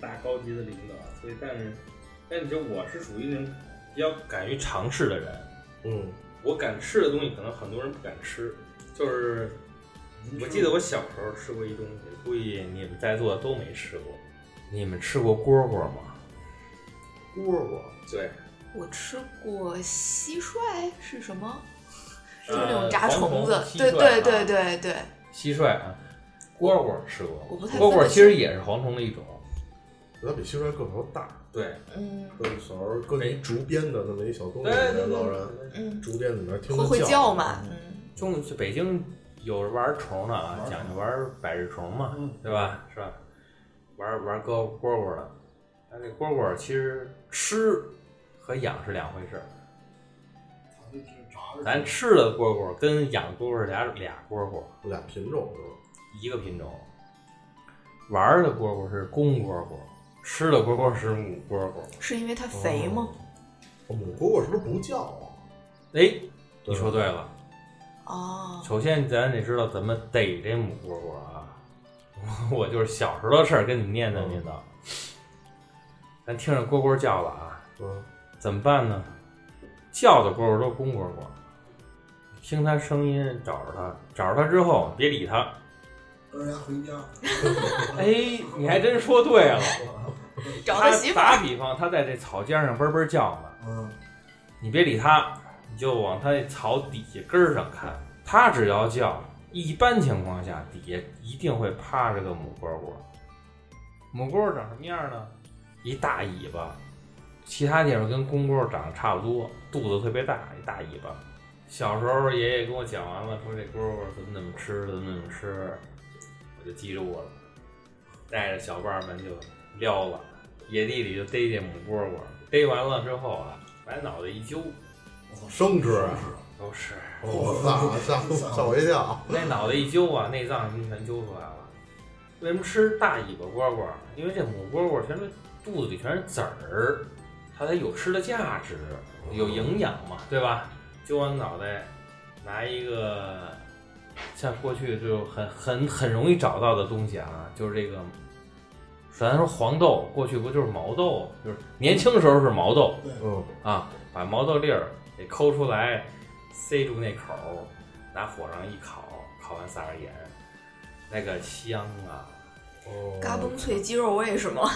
Speaker 4: 大高级的领导，所以但是，但你就我是属于那种比较敢于尝试的人。
Speaker 1: 嗯，
Speaker 4: 我敢吃的东西，可能很多人不敢吃。就是我记得我小时候吃过一东西，估计你们在座的都没吃过。你们吃过蝈蝈吗？
Speaker 1: 蝈蝈，
Speaker 4: 对，
Speaker 3: 我吃过蟋蟀是什么？是
Speaker 4: 呃
Speaker 3: 那种炸虫子
Speaker 4: 黄虫，蟋蟀
Speaker 3: 对对
Speaker 4: 啊
Speaker 3: 对对对，
Speaker 4: 蟋蟀啊，蝈蝈吃过。
Speaker 3: 我不太
Speaker 4: 蝈
Speaker 3: 分
Speaker 4: 蝈
Speaker 3: 得
Speaker 4: 其实也是蝗虫的一种。
Speaker 1: 它比蟋蟀个头大，
Speaker 4: 对，
Speaker 3: 嗯
Speaker 1: 搁小时候搁那一竹编的那么一小东西，
Speaker 4: 对对
Speaker 1: 老
Speaker 4: 对
Speaker 1: 人。
Speaker 3: 嗯，
Speaker 1: 竹编里面听
Speaker 3: 会
Speaker 1: 着
Speaker 3: 会叫
Speaker 1: 叫
Speaker 4: 啊
Speaker 3: 嘛，嗯，
Speaker 4: 中就北京有玩虫的啊，讲究玩百日虫嘛，
Speaker 2: 嗯
Speaker 4: 对吧？是吧？玩玩蝈蝈蝈的，但那蝈蝈其实吃和养是两回事儿。
Speaker 2: 咱这炸
Speaker 1: 嗯
Speaker 2: 着
Speaker 4: 咱吃的蝈蝈跟养蝈蝈是俩俩蝈蝈，
Speaker 1: 俩品种是吧？
Speaker 4: 一个品种。玩的蝈蝈是公蝈蝈，吃的蝈蝈是母蝈蝈。
Speaker 3: 是因为它肥吗？
Speaker 1: 哦母蝈蝈是不是不叫啊？
Speaker 4: 哎，你说对了。
Speaker 3: 哦，
Speaker 4: 首先，咱得知道怎么逮这母蝈蝈啊！ [laughs] 我就是小时候的事儿，跟你念叨念
Speaker 3: 嗯
Speaker 4: 叨。咱听着蝈蝈叫了啊，
Speaker 1: 嗯，
Speaker 4: 怎么办呢？叫的蝈蝈都是公蝈蝈，听它声音找着它，找着它之后别理它。
Speaker 2: 让人家回家，
Speaker 4: 哎，你还真说对了。
Speaker 3: 嗯找
Speaker 4: 它
Speaker 3: 个媳妇儿，
Speaker 4: 打比方，它在这草尖上嘣嘣叫呢，
Speaker 2: 嗯，
Speaker 4: 你别理它，你就往它那草底下根儿上看。它只要叫，一般情况下底下一定会趴着个母蝈蝈。母蝈蝈长什么样呢？一大尾巴，其他地方跟公蝈长得差不多，肚子特别大，一大尾巴。小时候爷爷跟我讲完了，说这蝈蝈怎么怎么吃，怎么怎么吃，我就记住了，带着小伴儿们就撩了，野地里就逮这母蝈蝈，逮完了之后啊，把脑袋一揪，
Speaker 2: 我操，
Speaker 1: 生吃啊
Speaker 4: 都是
Speaker 1: 我操，吓吓我一跳！
Speaker 4: [laughs] 那脑袋一揪啊，内脏什么全揪出来了。为什么吃大尾巴蝈蝈？因为这母蝈蝈全是肚子里全是籽儿，它才有吃的价值，有营养嘛，对吧？揪完脑袋，拿一个像过去就很很很容易找到的东西啊，就是这个，咱说黄豆，过去不就是毛豆？就是年轻时候是毛豆，
Speaker 1: 嗯，
Speaker 4: 啊，把毛豆粒儿给抠出来，塞住那口儿，拿火上一烤，烤完撒点盐，那个香啊，
Speaker 1: 哦
Speaker 3: 嘎嘣脆鸡肉味是吗？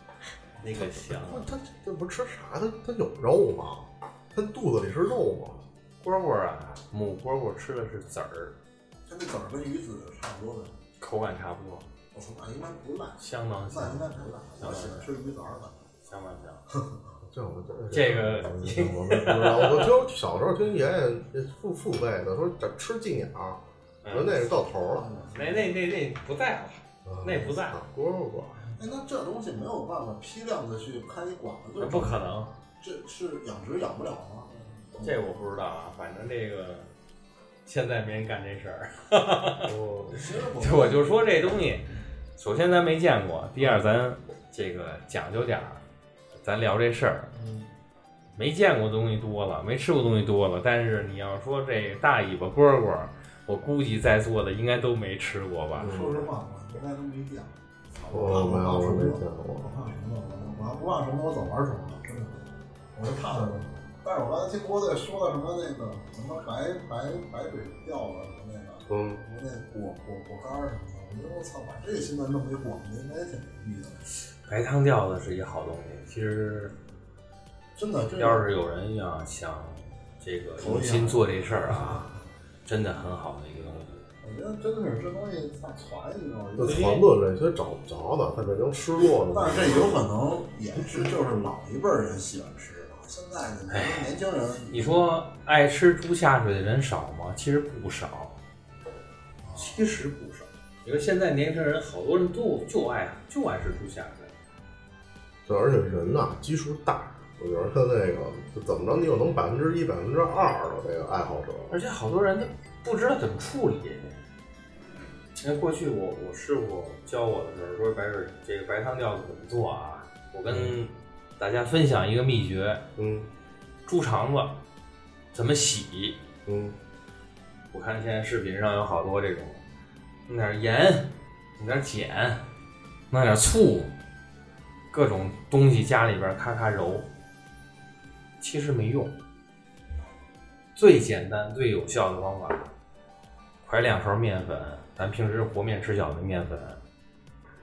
Speaker 3: [laughs]
Speaker 4: 那个香啊！
Speaker 1: [laughs] 那它这不吃啥？它它有肉吗？它肚子里是肉吗？
Speaker 4: 蝈蝈啊，母蝈蝈吃的是籽儿，
Speaker 2: 它那籽儿跟鱼籽差不多呗，
Speaker 4: 口感差不多，
Speaker 2: 我操，那应该不赖，
Speaker 4: 相当香
Speaker 2: 那，应该不赖，我喜欢吃鱼籽儿的，
Speaker 4: 相当香。
Speaker 1: 这我
Speaker 4: 这个
Speaker 1: 我不知道，我就听小时候听爷爷父父辈的说这吃鸡鸟，我说
Speaker 4: 嗯
Speaker 1: 那是到头了，
Speaker 4: 那那那那不在了，那不在
Speaker 1: 蝈蝈，
Speaker 2: 哎，那这东西没有办法批量的去开一馆子，
Speaker 4: 那不可，能，
Speaker 2: 这是养殖养不了吗？
Speaker 4: 这我不知道啊，反正这个现在没人干这事儿。
Speaker 1: 哦，
Speaker 2: 其实
Speaker 4: 对，我就说这东西，首先咱没见过，第二咱这个讲究点儿，咱聊这事儿，
Speaker 2: 嗯
Speaker 4: 没见过东西多了，没吃过东西多了，但是你要说这大尾巴蝈蝈，我估计在座的应该都没吃过吧？
Speaker 2: 说实话，我应该都没见过。操
Speaker 1: 我没有，我没见
Speaker 2: 我
Speaker 1: 过。
Speaker 2: 怕什么？我我不怕什么？我早玩熟了，真的。我是怕什么？但是我刚才听郭队说的什么那个什么白白白水钓了什么那个
Speaker 1: 嗯，
Speaker 2: 什么那果果果干儿什么的，我觉得我操，把这新闻弄一广，应该挺牛逼的。
Speaker 4: 白汤吊子是一好东西，其实
Speaker 2: 真的，这
Speaker 4: 要是有人要想这个
Speaker 2: 投
Speaker 4: 用
Speaker 2: 降
Speaker 4: 心做这事儿啊，真的很好的一个东西。
Speaker 2: 我觉得真的是这东西在传一个，
Speaker 1: 那团子这些找不着的，在北京吃过的。
Speaker 2: 但是这有可能也是就是老一辈儿人喜欢吃的，现在的年年轻人
Speaker 4: 哎你说爱吃猪下水的人少吗？其实不少，其实不少。你说现在年轻人，好多人都就爱就爱吃猪下水，
Speaker 1: 对，而且人呐、基数大，我觉得他那个就怎么着，你有能百分之一、百分之二的这个爱好者，
Speaker 4: 而且好多人他不知道怎么处理。因为过去我我师傅教我的时候说白水这个白汤料子怎么做啊？我跟大家分享一个秘诀：
Speaker 1: 嗯
Speaker 4: 猪肠子怎么洗？
Speaker 1: 嗯，
Speaker 4: 我看现在视频上有好多这种，弄点盐，弄点碱，弄点醋，各种东西加里边咔咔揉，其实没用。最简单、最有效的方法，快两勺面粉，咱平时和面吃小的面粉，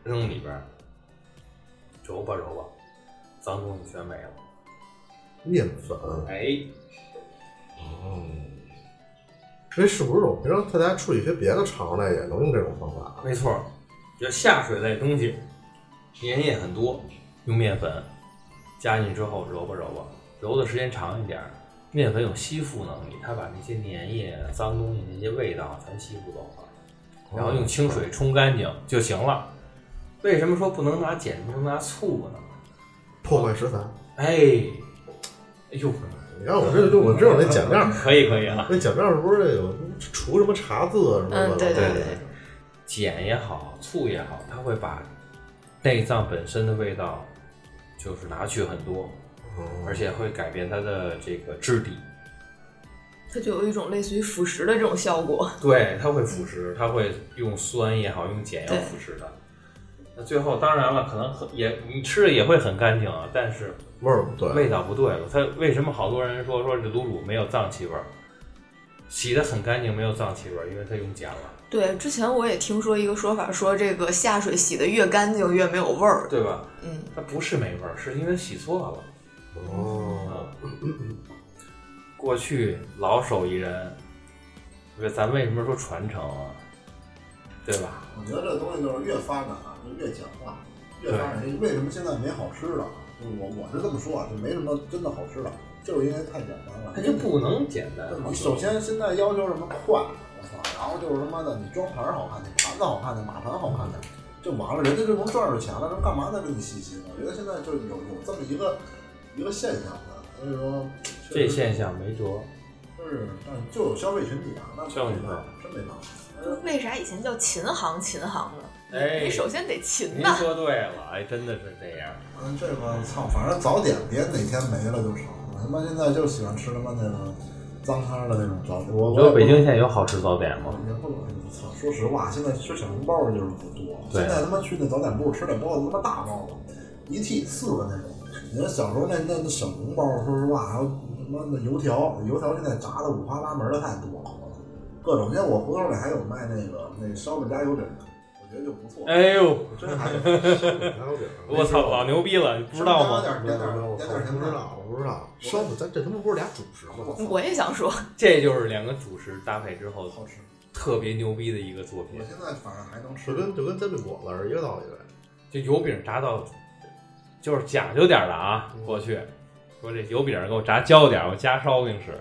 Speaker 4: 扔里边，揉吧揉吧，脏东西全没了。
Speaker 1: 面粉。
Speaker 4: 哎，
Speaker 1: 哦，这是不是我平常在家处理一些别的肠类也能用这种方法？啊
Speaker 4: 没错，要下水类东西，粘液很多，用面粉加进去之后揉吧揉吧，揉的时间长一点儿，面粉有吸附能力，它把那些粘液、啊脏东西那些味道全吸附走了，然后用清水冲干净就行了。为什么说不能拿碱，不能拿醋呢？
Speaker 1: 破坏食材。
Speaker 4: 哎，哎呦，
Speaker 1: 你看
Speaker 2: 哦
Speaker 1: 我这就我这有那碱面儿，
Speaker 4: 可以可以啊，
Speaker 1: 那碱面儿是不是有除什么茶渍啊什么的？
Speaker 3: 嗯对对对
Speaker 4: 碱也好，醋也好，它会把内脏本身的味道就是拿去很多。
Speaker 1: 嗯
Speaker 4: 而且会改变它的这个质地。
Speaker 3: 它就有一种类似于腐蚀的这种效果。
Speaker 4: 对，它会腐蚀，它会用酸也好，用碱要
Speaker 3: 对
Speaker 4: 腐蚀它。那最后当然了，可能很也你吃的也会很干净啊，但是
Speaker 1: 味儿不对。
Speaker 4: 味道不对了。它为什么好多人说说这卤煮没有脏气味儿？洗的很干净，没有脏气味儿，因为它用碱了，
Speaker 3: 对，之前我也听说一个说法，说这个下水洗的越干净越没有味儿。
Speaker 4: 对吧？
Speaker 3: 嗯，
Speaker 4: 它不是没味儿，是因为洗错了。嗯
Speaker 1: 哦，
Speaker 4: 过去老手艺人，对，咱为什么说传承啊？对吧？
Speaker 2: 我觉得这东西就是越发展啊，就越讲化，越发展。为什么现在没好吃的？就是我我是这么说啊，就没什么真的好吃的，就是因为太简单了。
Speaker 4: 它就不能简单
Speaker 2: 就是
Speaker 4: 好
Speaker 2: 你
Speaker 4: 吃
Speaker 2: 首先现在要求什么快，我操，然后就是他妈的你装盘儿好看点，盘子好看点，马盘好看点，就完了，人家就能赚着钱了，那干嘛再跟你细心呢？我觉得现在就有有这么一个一个现象的，所以说
Speaker 4: 这
Speaker 2: 确实
Speaker 4: 现象没辙。
Speaker 2: 就是，但就有消费群体啊，那
Speaker 4: 消费
Speaker 2: 没
Speaker 4: 群体
Speaker 2: 办法，真没办法。
Speaker 3: 就为啥以前叫琴行琴行呢？
Speaker 4: 哎
Speaker 3: 你首先得勤
Speaker 4: 您
Speaker 3: 呐。
Speaker 4: 说对了，哎，真的是这样。
Speaker 2: 嗯，这个操，反正早点别哪天没了就成。我他妈现在就喜欢吃他妈那种脏摊儿的那种早点。我
Speaker 4: 你
Speaker 2: 我
Speaker 4: 说
Speaker 2: 也
Speaker 4: 北京现在有好吃早点吗？
Speaker 2: 也不能，操！说实话，现在吃小笼包的就是不多。
Speaker 4: 对
Speaker 2: 现在他妈去那早点部吃那包子，他妈大包子，一屉四个那种。你说小时候那那那小笼包，说实话，还有他妈的油条，油条现在炸的五花八门的太多了，各种。现在我胡同里还有卖那个那烧饼加油饼的，我觉得就不错。
Speaker 4: 哎呦，
Speaker 2: 真还有。
Speaker 1: 还有点儿
Speaker 4: [laughs] 我操，老牛逼了，你不知道吗？
Speaker 2: 加点儿
Speaker 1: 我
Speaker 2: 加点儿
Speaker 1: 不
Speaker 2: 甜
Speaker 1: 知
Speaker 2: 菜。
Speaker 1: 道，我不知道。烧饼，咱这他妈不是俩主食吗？
Speaker 2: 哦
Speaker 3: 我也想说，
Speaker 4: 这就是两个主食搭配之后
Speaker 2: 好吃。
Speaker 4: 特别牛逼的一个作
Speaker 2: 我
Speaker 4: 品
Speaker 2: 现，在反正还能吃
Speaker 1: 就。跟就跟煎饼果子是一个道理呗。
Speaker 4: 就油饼炸到，就是讲究点儿的啊。
Speaker 1: 嗯
Speaker 4: 过去说这油饼给我炸焦点儿，我加烧饼使。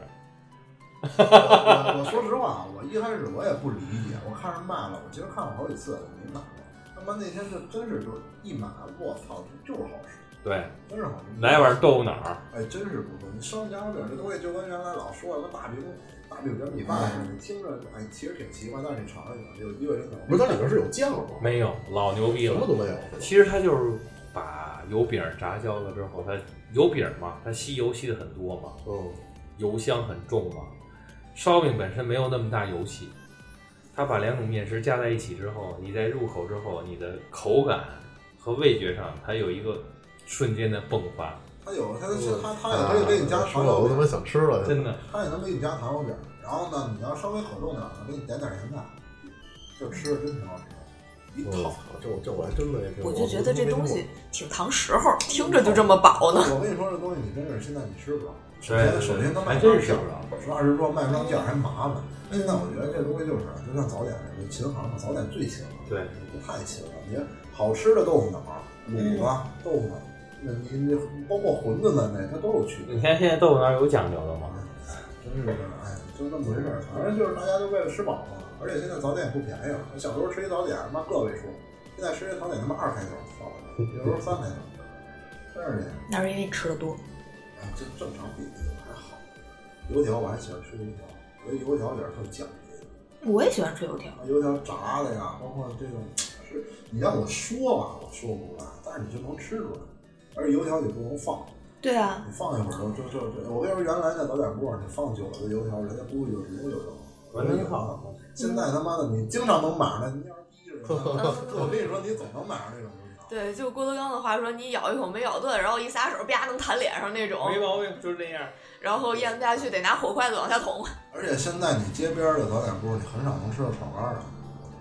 Speaker 2: 我我说实话，啊我一开始我也不理解，我看人卖了，我其实看过好几次，我没买过。他妈那天就真是就是一买，我操，这就是好吃，
Speaker 4: 对，
Speaker 2: 真是好吃。
Speaker 4: 来碗豆腐脑儿，
Speaker 2: 哎，真是不错。你烧夹饼这东西就跟原来老说什么大饼大饼卷米饭似的，你听着哎，其实挺奇怪，但是你尝一尝，有机会真的。
Speaker 1: 不是，它里边是有酱吗？
Speaker 4: 没有，老牛逼
Speaker 1: 什么
Speaker 4: 了。
Speaker 1: 都没有。
Speaker 4: 其实它就是把油饼炸焦了之后，它油饼嘛，它吸油吸的很多嘛，
Speaker 1: 嗯，
Speaker 4: 油香很重嘛。烧饼本身没有那么大油气，它把两种面食加在一起之后，你在入口之后，你的口感和味觉上它有一个瞬间的迸发，
Speaker 2: 他有他他他也
Speaker 1: 啊
Speaker 2: 可以给你加
Speaker 1: 说
Speaker 2: 糖
Speaker 1: 的
Speaker 2: 油
Speaker 1: 我他妈
Speaker 2: 饼，
Speaker 1: 想吃了，
Speaker 4: 真的。
Speaker 2: 他也能给你加糖油饼。然后呢，你要稍微口重点儿，给你点点咸菜，就吃的真挺好吃。一
Speaker 1: 我
Speaker 2: 套啊
Speaker 1: 操，这我这我还真没听过。
Speaker 3: 我就觉得这
Speaker 1: 没听
Speaker 3: 东
Speaker 1: 过
Speaker 3: 西挺糖时候，听着就这么饱呢。
Speaker 2: 我跟你说，这东西你真是现在你吃不着。首
Speaker 4: 对
Speaker 2: 先，首先它卖
Speaker 4: 还
Speaker 2: 不
Speaker 4: 真
Speaker 2: 了
Speaker 4: 是吃不着。
Speaker 2: 说二十桌卖不上价还麻烦。现在我觉得这东西就是，就像早点似的，琴行嘛，早点最勤了，
Speaker 4: 对，
Speaker 2: 不太勤了。你看好吃的豆腐脑、卤子、
Speaker 4: 嗯
Speaker 2: 豆腐脑，那你你包括馄饨在内，它都有区别
Speaker 4: 你。看现在豆腐脑有讲究了吗？
Speaker 2: 真是，哎，就那么回事儿。反正就是大家都为了吃饱嘛，而且现在早点也不便宜了。小时候吃一早点他妈个位数，现在吃一早点他妈二开头，操有时候三开头，真是这样。
Speaker 5: 那是因为你吃的多。
Speaker 2: 哎，这正常比例还好。油条我还喜欢吃油条，我觉得油条点儿特讲究，啊
Speaker 5: 我也喜欢吃油条，
Speaker 2: 油条炸的呀，包括这种是，你让我说吧，我说不出来，但是你就能吃出来。而且油条你不能放，
Speaker 5: 对啊，
Speaker 2: 你放一会儿就就就就，我跟你说，原来在早点铺你放久了这油条，人家估计就直接就扔了。
Speaker 4: 完全好。
Speaker 2: 现在他妈的你经常能买上来，你要是逼着人，我跟你说，你总能买上这种油条。
Speaker 3: 对，就郭德纲的话说，你咬一口没咬断，然后一撒手，啪能弹脸上那种，
Speaker 4: 没毛病，就是这样。
Speaker 3: 然后咽不下去，得拿火筷子往下捅。
Speaker 2: 而且现在你街边儿的早点铺，你很少能吃到炒肝儿的。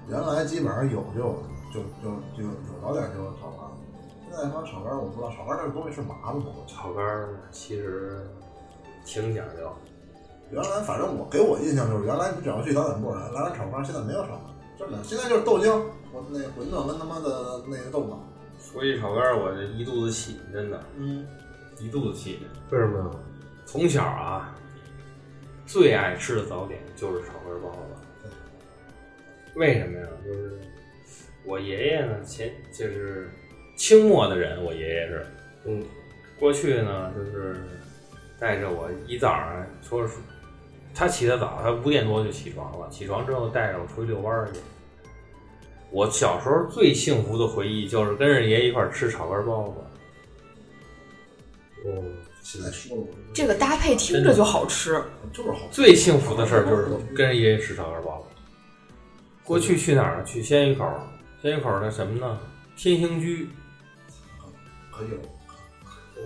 Speaker 2: 原来基本上有就有就就就有早点就有炒肝儿，现在他妈炒肝儿我不知道，炒肝儿这个东西是麻烦吗？我操！
Speaker 4: 炒肝儿其实挺讲究，
Speaker 2: 原来反正我给我印象就是，原来你只要去早点铺，来碗炒肝儿，现在没有炒肝儿，真的，现在就是豆浆，我那馄饨跟他妈的那个豆腐脑。
Speaker 4: 说起炒肝儿，我这一肚子气，真的，
Speaker 2: 嗯，
Speaker 4: 一肚子气。
Speaker 1: 为什么呀？
Speaker 4: 从小啊，最爱吃的早点就是炒肝包子。为什么呀？就是我爷爷呢，前就是清末的人，我爷爷是，
Speaker 1: 嗯，
Speaker 4: 过去呢就是带着我一早上说是，他起得早，他五点多就起床了，起床之后带着我出去遛弯儿去。我小时候最幸福的回忆就是跟着爷爷一块儿吃炒肝包子。
Speaker 1: 嗯，
Speaker 2: 现在说了，我
Speaker 3: 这个搭配听着就好吃，
Speaker 2: 就是好
Speaker 4: 最幸福的事儿就是跟人爷爷吃炒肝包子。过去去哪儿呢？去鲜鱼口，鲜鱼口那什么呢？天兴居。
Speaker 2: 可以了。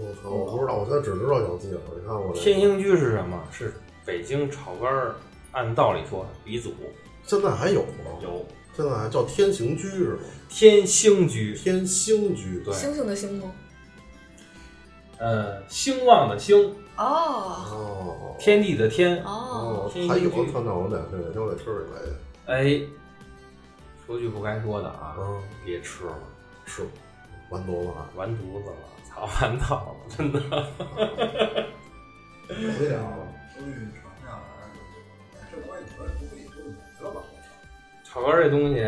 Speaker 1: 我操，我不知道，我现在只知道姚记了。你看我这
Speaker 4: 天兴居是什么？是北京炒肝儿，按道理说鼻祖
Speaker 1: 现在还有吗？
Speaker 4: 有
Speaker 1: 现在还叫天行居是吗？
Speaker 4: 天兴居，
Speaker 1: 天星居，
Speaker 4: 对，
Speaker 3: 星星的星吗？
Speaker 4: 呃，兴旺的兴，
Speaker 3: 哦
Speaker 1: 哦，
Speaker 4: 天地的天，
Speaker 3: 哦，
Speaker 1: 哦，
Speaker 4: 天
Speaker 1: 还有
Speaker 4: 兴居
Speaker 1: 团长，我哪天哪天我得吃一来去。
Speaker 4: 哎，说句不该说的啊，
Speaker 1: 嗯，
Speaker 4: 别吃了，
Speaker 1: 是吗，完犊子啊了。
Speaker 4: 完犊子了，操，完套了，真的。
Speaker 2: 回聊哎了，终于传下来了。哎这关系可能不会不没了吧？
Speaker 4: 炒肝儿这东西，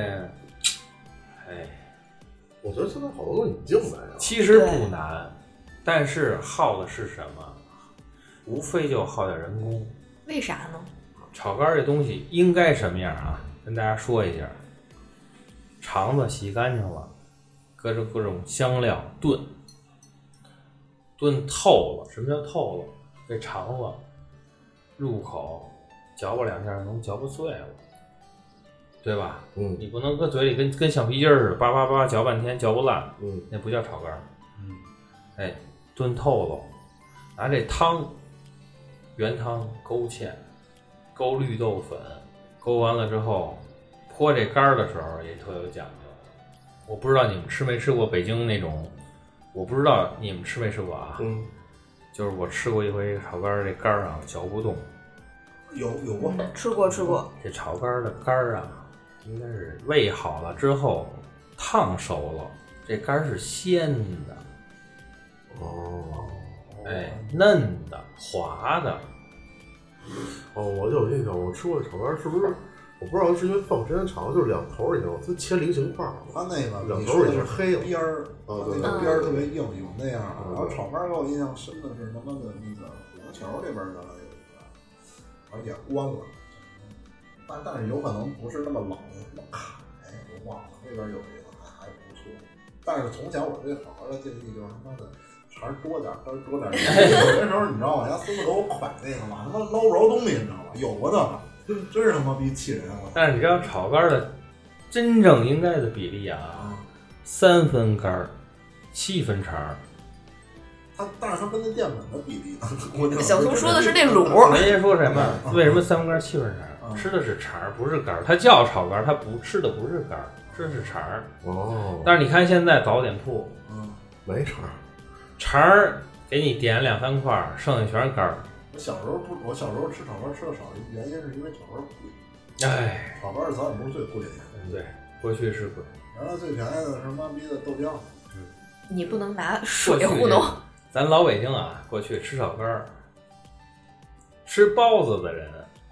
Speaker 4: 哎。
Speaker 1: 我觉得现在好多东西已经没了。
Speaker 4: 其实不难，但是耗的是什么？无非就耗点人工。
Speaker 5: 为啥呢？
Speaker 4: 炒肝儿这东西应该什么样啊？跟大家说一下，肠子洗干净了，搁着各种香料炖，炖透了。什么叫透了？这肠子入口嚼吧两下能嚼不碎了，对吧？
Speaker 1: 嗯
Speaker 4: 你不能搁嘴里跟跟橡皮筋儿似的叭叭叭嚼半天嚼不烂，
Speaker 1: 嗯，
Speaker 4: 那不叫炒肝儿，嗯，哎，炖透了，拿这汤，原汤勾芡，勾绿豆粉，勾完了之后，泼这肝儿的时候也特有讲究。我不知道你们吃没吃过北京那种，我不知道你们吃没吃过啊，
Speaker 1: 嗯，
Speaker 4: 就是我吃过一回炒肝儿，这肝儿啊嚼不动，
Speaker 2: 有有过，
Speaker 3: 吃过吃过，
Speaker 4: 这炒肝儿的肝儿啊，应该是煨好了之后烫熟了，这肝儿是鲜的。
Speaker 1: 哦，
Speaker 4: 哎，嫩的、滑的，
Speaker 1: 哦，我有印象，我吃过炒肝，是不是？我不知道是因为放时间长了，就是两头儿已经它切菱形块儿了。
Speaker 2: 它那个
Speaker 1: 两
Speaker 2: 你
Speaker 1: 头
Speaker 2: 说
Speaker 1: 已
Speaker 2: 的
Speaker 1: 经
Speaker 2: 是
Speaker 1: 黑了
Speaker 2: 边儿，它
Speaker 1: 哦
Speaker 2: 那个
Speaker 1: 对
Speaker 2: 边儿特别硬，有那样的。
Speaker 1: 嗯
Speaker 2: 然后炒肝给我印象深的是他妈的那个虎头桥这边儿原来有一个，而且关了，但但是有可能不是那么老老卡，哎，我忘了那边有一个还还不错。但是从小我对好好的建议就是他妈的。还是多点儿，还是多
Speaker 1: [laughs]
Speaker 2: 点儿。有的时候你知道吗？人家孙子给我蒯那个嘛，他妈捞不着东西，你知道吗？有过那个，真是他妈逼气人！啊我操！
Speaker 4: 但是你知道炒肝儿的真正应该的比例啊，
Speaker 2: 啊，
Speaker 4: 三分肝儿，七分肠
Speaker 2: [laughs]
Speaker 4: 儿。
Speaker 2: 他但是他跟那淀粉的比例， [laughs] 我这
Speaker 3: 小苏说的是那
Speaker 4: 我
Speaker 3: 卤，
Speaker 4: 人家说什么？
Speaker 2: 嗯
Speaker 4: 为什么三分肝儿七分肠
Speaker 2: 嗯
Speaker 4: 儿？吃的是肠儿，不是肝儿。它叫炒肝儿，它不吃的不是肝儿，吃的是肠儿。
Speaker 1: 哦，
Speaker 4: 但是你看现在早点铺，
Speaker 2: 嗯，
Speaker 1: 没茬儿，
Speaker 4: 肠儿给你点两三块儿，剩下全是肝儿。
Speaker 2: 我小时候不，我小时候吃炒肝吃的少，原因是因为炒肝贵，
Speaker 4: 哎，
Speaker 2: 炒肝早点不是最贵的，
Speaker 4: 对，过去是鬼。
Speaker 2: 原来最便宜的是妈逼的豆浆，
Speaker 3: 你不能拿
Speaker 4: 过
Speaker 3: 水
Speaker 4: 去
Speaker 3: 糊 [laughs] 弄。
Speaker 4: 咱老北京啊，过去吃炒肝儿、吃包子的人，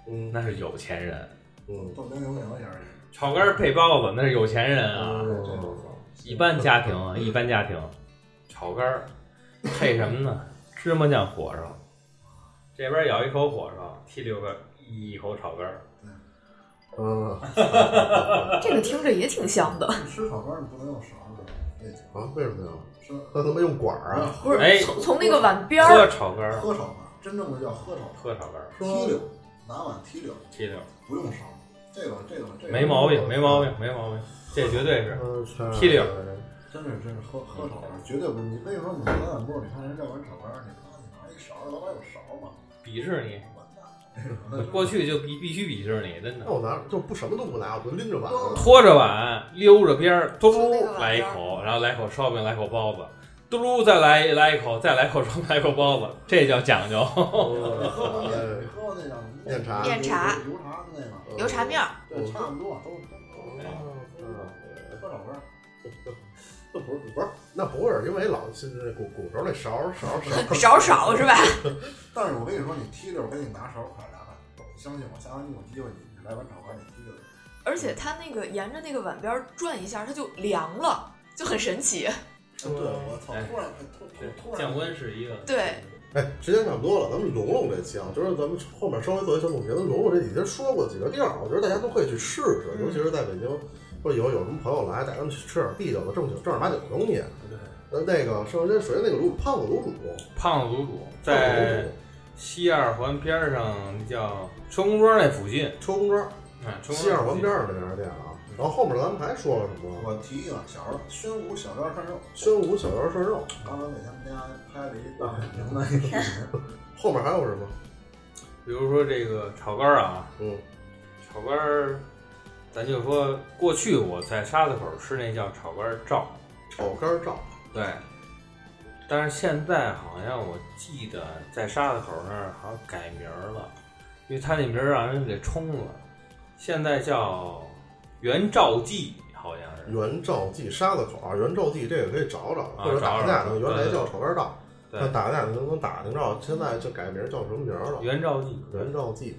Speaker 1: 嗯
Speaker 4: 那是有钱人。
Speaker 1: 嗯，
Speaker 2: 豆浆有两块钱而已。
Speaker 4: 炒肝儿配包子，那是有钱人啊。
Speaker 3: 嗯
Speaker 1: 哦
Speaker 4: 一般家庭啊，一般家庭，炒肝儿配什么呢？芝麻酱火烧，这边咬一口火烧，剔溜个一口炒肝儿。
Speaker 1: 嗯
Speaker 3: 这个听着也挺香的，
Speaker 2: 你吃炒肝你不能用勺子，那行
Speaker 1: 啊，为什么呀？
Speaker 2: 吃
Speaker 1: 那他妈用管儿啊？
Speaker 3: 不
Speaker 4: 哎
Speaker 3: 是从从那个碗边儿
Speaker 4: 喝炒肝儿，
Speaker 2: 喝炒肝，真正的叫喝炒
Speaker 4: 喝炒肝儿，
Speaker 2: 肝，踢溜，拿碗踢溜，
Speaker 4: 剔溜，
Speaker 2: 不用勺，这个这个这个
Speaker 4: 没毛病，没毛，病，没毛病，这绝对是。
Speaker 1: 我操
Speaker 4: 踢溜
Speaker 2: 真是真是喝喝炒肝绝对不是。你为什么你在碗桌你看人家玩炒肝，你啪你拿一勺，老板有勺吗？
Speaker 4: 鄙视你，
Speaker 2: 完
Speaker 4: [laughs]
Speaker 2: 蛋，
Speaker 4: 过去就必必须鄙视你，真的
Speaker 1: 那。
Speaker 3: 哦
Speaker 1: 我拿就不什么都不拿，我就拎着碗了。
Speaker 4: 拖着碗，溜着边儿，嘟
Speaker 3: 从那个
Speaker 4: 噜
Speaker 3: 碗
Speaker 4: 来一口，然后来口烧饼，来口包子，嘟噜再来来一口，再来口烧 [laughs] 饼，来口包子，这叫讲究。
Speaker 2: [laughs]
Speaker 4: 哦
Speaker 2: 你喝过那，你
Speaker 1: 啊哎
Speaker 2: 喝过那叫什么
Speaker 1: 面茶
Speaker 3: 面茶
Speaker 2: 油茶的那个，
Speaker 4: 呃
Speaker 3: 油茶面儿，
Speaker 2: 对，差不多，都是
Speaker 1: 哦
Speaker 2: 都是喝炒肝。
Speaker 1: 那不是不是，那不是因为老是那古古时候那勺勺勺，
Speaker 3: 少少是吧？ [laughs]
Speaker 2: 但是我跟你说，你踢溜跟你拿勺快俩碗，我相信我，下回你有机会，你来碗炒肝，你踢溜。
Speaker 3: 而且它那个沿着那个碗边儿转一下，它就凉了，就很神奇。
Speaker 2: 对，我操！突然突突突
Speaker 4: 哎
Speaker 2: 然，
Speaker 4: 降温是一个
Speaker 3: 对，
Speaker 1: 哎，时间差不多了，咱们隆隆这期啊，就是咱们后面稍微做一小总结。咱隆隆这已经说过几个地儿，我觉得大家都可以去试试，
Speaker 3: 嗯
Speaker 1: 尤其是在北京，或者有有什么朋友来，带他们去吃点地道的正经正儿八经的东西。
Speaker 4: 对
Speaker 1: 呃，那个上回谁那个卤胖子卤煮，
Speaker 4: 胖子卤煮，在西二环边儿上叫春宫庄那附近，
Speaker 1: 车公庄
Speaker 4: 啊，春宫庄
Speaker 1: 西二环
Speaker 4: 附近
Speaker 1: 边上那家店啊。然后后面咱们还说了什么？
Speaker 2: 我提一个小时候宣武小料涮肉，
Speaker 1: 宣武小窑涮肉，
Speaker 2: 刚才给他们家拍了一大海平的视频，
Speaker 1: 后面还有什么？
Speaker 4: 比如说这个炒肝儿啊，
Speaker 1: 嗯，
Speaker 4: 炒肝儿，咱就说过去我在沙子口吃那叫炒肝儿罩，
Speaker 1: 炒肝照，
Speaker 4: 对。但是现在好像我记得在沙子口那儿好像改名儿了，因为他那名儿让人给冲了，现在叫袁兆记，好像是。
Speaker 1: 袁兆记沙子口啊，袁兆记这个可以找找，
Speaker 4: 啊
Speaker 1: 或者打个架
Speaker 4: 找找
Speaker 1: 原来叫炒肝照，
Speaker 4: 对
Speaker 1: 那打个架能能打听着，现在就改名叫什么名儿了？
Speaker 4: 袁兆记，
Speaker 1: 袁兆记，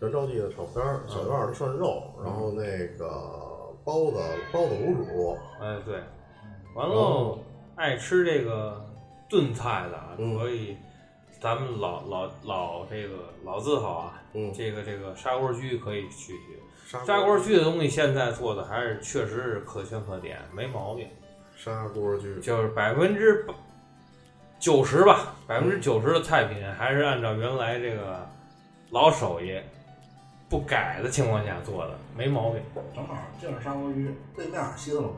Speaker 1: 袁兆记的炒肝儿，小院儿的涮肉，然后那个包子包子卤煮，
Speaker 4: 哎，对，
Speaker 1: 嗯
Speaker 4: 完喽，爱吃这个炖菜的啊，
Speaker 1: 嗯
Speaker 4: 可以，咱们老老老这个老字号啊，
Speaker 1: 嗯，
Speaker 4: 这个这个砂锅居可以去去。
Speaker 1: 砂
Speaker 4: 砂锅居的东西现在做的还是确实是可圈可点，没毛病，
Speaker 1: 砂锅居，
Speaker 4: 就是百分之九十吧，百分之九十的菜品还是按照原来这个老手艺不改的情况下做的，没毛病。
Speaker 2: 正好这是砂锅鱼，对面西四楼。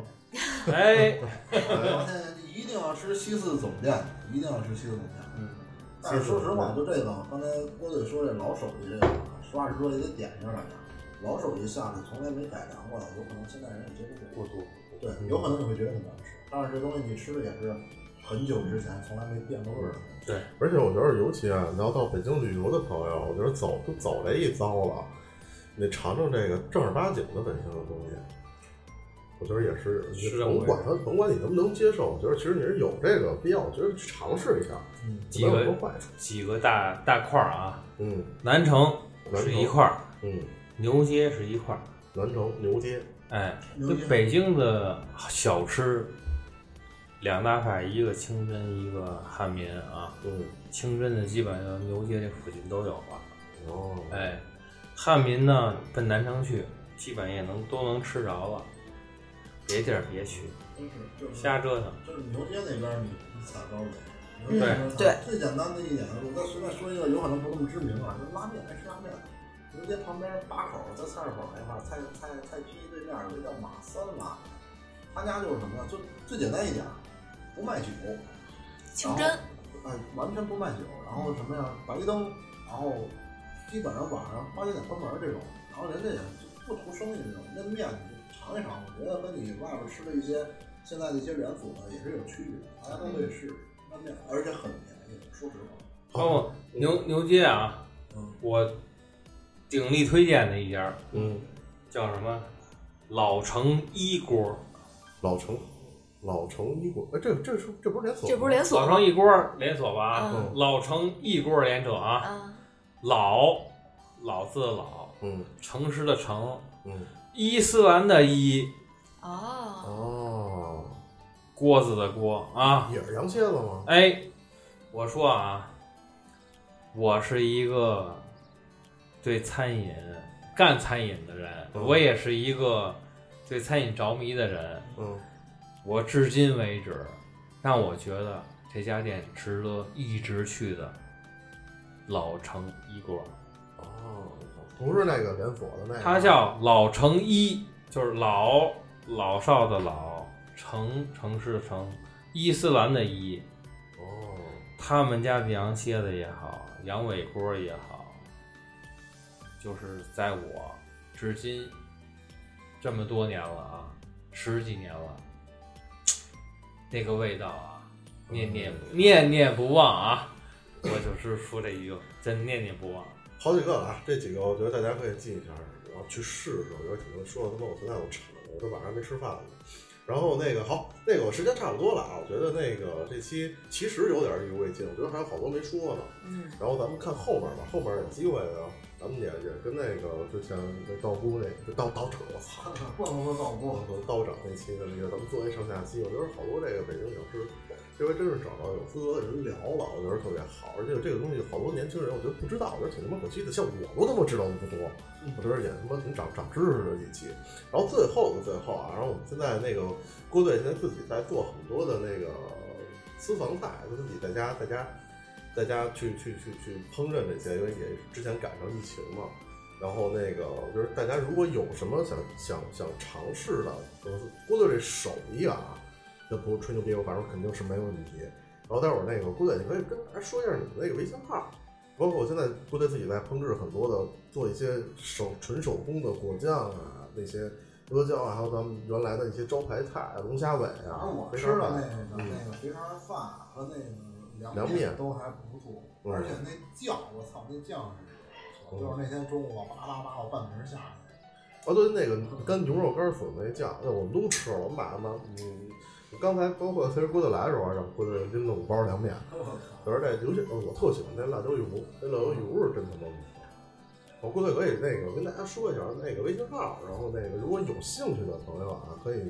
Speaker 4: 哎，
Speaker 2: 我现在一定要吃西四总店，一定要吃西四总店。
Speaker 4: 嗯，
Speaker 2: 但是说实话，就这个，刚才郭队说这老手艺这个，实话实说也得点上两下。老手艺下来从来没改良过的，有可能现在人也接受不了。
Speaker 4: 过度。
Speaker 2: 对，有可能你会觉得很难吃，但是这东西你吃的也是很久之前从来没变过味儿的。
Speaker 1: 而且我觉得尤其啊，你要到北京旅游的朋友，我觉得走都走这一遭了，你得尝尝这个正儿八经的北京的东西。我觉得也是，
Speaker 4: 是这么
Speaker 1: 甭
Speaker 4: 回
Speaker 1: 管他，甭管你能不能接受，我觉得其实你是有这个必要，我觉得去尝试一下，
Speaker 2: 嗯，
Speaker 1: 没有什么坏处。
Speaker 4: 几个大大块儿啊，
Speaker 1: 嗯
Speaker 4: 南城是一块儿，
Speaker 1: 嗯，
Speaker 4: 牛街是一块儿。
Speaker 1: 南城牛街，
Speaker 4: 哎，
Speaker 2: 牛
Speaker 4: 就
Speaker 2: 筋
Speaker 4: 北京的小吃，两大派，一个清真，一个汉民啊。
Speaker 1: 嗯，
Speaker 4: 清真的基本上牛街这附近都有吧。
Speaker 1: 哦，
Speaker 4: 哎，汉民呢奔南城去，基本也能都能吃着了，别地儿别去。
Speaker 2: 真是就是
Speaker 4: 瞎折腾。
Speaker 2: 就是牛街那边儿你你踩高了。
Speaker 3: 嗯对
Speaker 2: 最简单的一点，我再随便说一个，有可能不那么知名啊，就是拉面，爱吃拉面。牛街旁边八口在菜市口那块儿，菜菜菜区对面有一个叫马三拉，他家就是什么呀？就最简单一点，不卖酒，
Speaker 1: 嗯
Speaker 3: 清真，
Speaker 2: 哎，完全不卖酒，然后什么呀，白灯，然后基本上晚上八九点关门这种，然后人家也不图生意这种，那面你尝一尝，我觉得跟你外边吃的一些现在的一些连锁的也是有区别的，大家都可以试试那面，而且很便宜，说实话，
Speaker 4: 包括牛牛街啊，
Speaker 2: 嗯，
Speaker 4: 我鼎力推荐的一家
Speaker 1: 嗯，
Speaker 4: 叫什么？老城一锅，
Speaker 1: 老城，老城一锅，哎，这这是这不是连锁吗？
Speaker 3: 这不是连锁
Speaker 4: 老
Speaker 3: 吗？
Speaker 4: 城一锅连锁吧？
Speaker 3: 嗯
Speaker 4: 老城一锅连锁啊，
Speaker 3: 啊，
Speaker 4: 老老字的老，
Speaker 1: 嗯
Speaker 4: 诚实的诚，
Speaker 1: 嗯
Speaker 4: 伊斯兰的伊，
Speaker 3: 哦，
Speaker 1: 哦，
Speaker 4: 锅子的锅啊。
Speaker 1: 也是羊蝎子吗？
Speaker 4: 哎，我说啊，我是一个对餐饮干餐饮的人，
Speaker 1: 嗯
Speaker 4: 我也是一个对餐饮着迷的人。
Speaker 1: 嗯，
Speaker 4: 我至今为止，让我觉得这家店值得一直去的老城一锅，
Speaker 1: 哦，不是那个连锁的那个，
Speaker 4: 它叫老城一，就是老老少的老城城市的城，伊斯兰的伊。
Speaker 1: 哦，
Speaker 4: 他们家的羊蝎子也好，羊尾锅也好，就是在我至今这么多年了啊，十几年了，那个味道啊，念念念念不忘啊！我就是说这一个，真念念不忘。
Speaker 1: 好几个了啊，这几个我觉得大家可以记一下，然后去试试。我觉得挺多，说的他妈我现在我馋了，我这晚上没吃饭了。然后那个好，那个我时间差不多了啊，我觉得那个这期其实有点意犹未尽，我觉得还有好多没说呢。
Speaker 3: 嗯，
Speaker 1: 然后咱们看后边吧，后边有机会啊，咱们也也跟那个之前那道姑那个道道者，我操，
Speaker 2: 看看灌不灌到
Speaker 1: 我
Speaker 2: 锅，
Speaker 1: 和道长那期的那个，咱们做一上下期，我觉得好多这个北京小吃，这回真是找到有资格的人聊了，我觉得特别好。而且这个东西好多年轻人我觉得不知道，我觉得挺他妈可惜的。像我都他妈知道的不多，我觉得也他妈挺长长知识的一期。然后最后的最后啊，然后我们现在那个郭队现在自己在做很多的那个私房菜，他自己在家在家在家去去去去烹饪这些，因为也之前赶上疫情嘛。然后那个就是大家如果有什么想想想尝试的，就是郭队这手艺啊，这不是吹牛逼，我反正肯定是没问题。然后待会儿那个郭队，你可以跟大家说一下你们那个微信号，包括我现在郭队自己在烹制很多的，做一些手纯手工的果酱啊，那些阿胶啊，还有咱们原来的一些招牌菜，龙虾尾
Speaker 2: 反
Speaker 1: 啊
Speaker 2: 正我，
Speaker 1: 肥
Speaker 2: 哦吃
Speaker 1: 肠
Speaker 2: 的
Speaker 1: 饭
Speaker 2: 那个
Speaker 1: 嗯
Speaker 2: 那个肥肠饭和那个
Speaker 1: 凉
Speaker 2: 凉
Speaker 1: 面
Speaker 2: 都还不错，
Speaker 1: 嗯
Speaker 2: 而且那酱，我操，那酱是不错，就是那天中午我叭叭叭我半瓶下去。
Speaker 1: 哦，对，那个干牛肉干粉那酱，那我们都吃了。我们把嘛，嗯，刚才包括其实郭德来的时候，啊让郭德拎了五包凉面。可是这尤其我特喜欢这辣椒油，这辣椒油是真他妈不错。我郭队可以那个跟大家说一下那个微信号，然后那个如果有兴趣的朋友啊，可以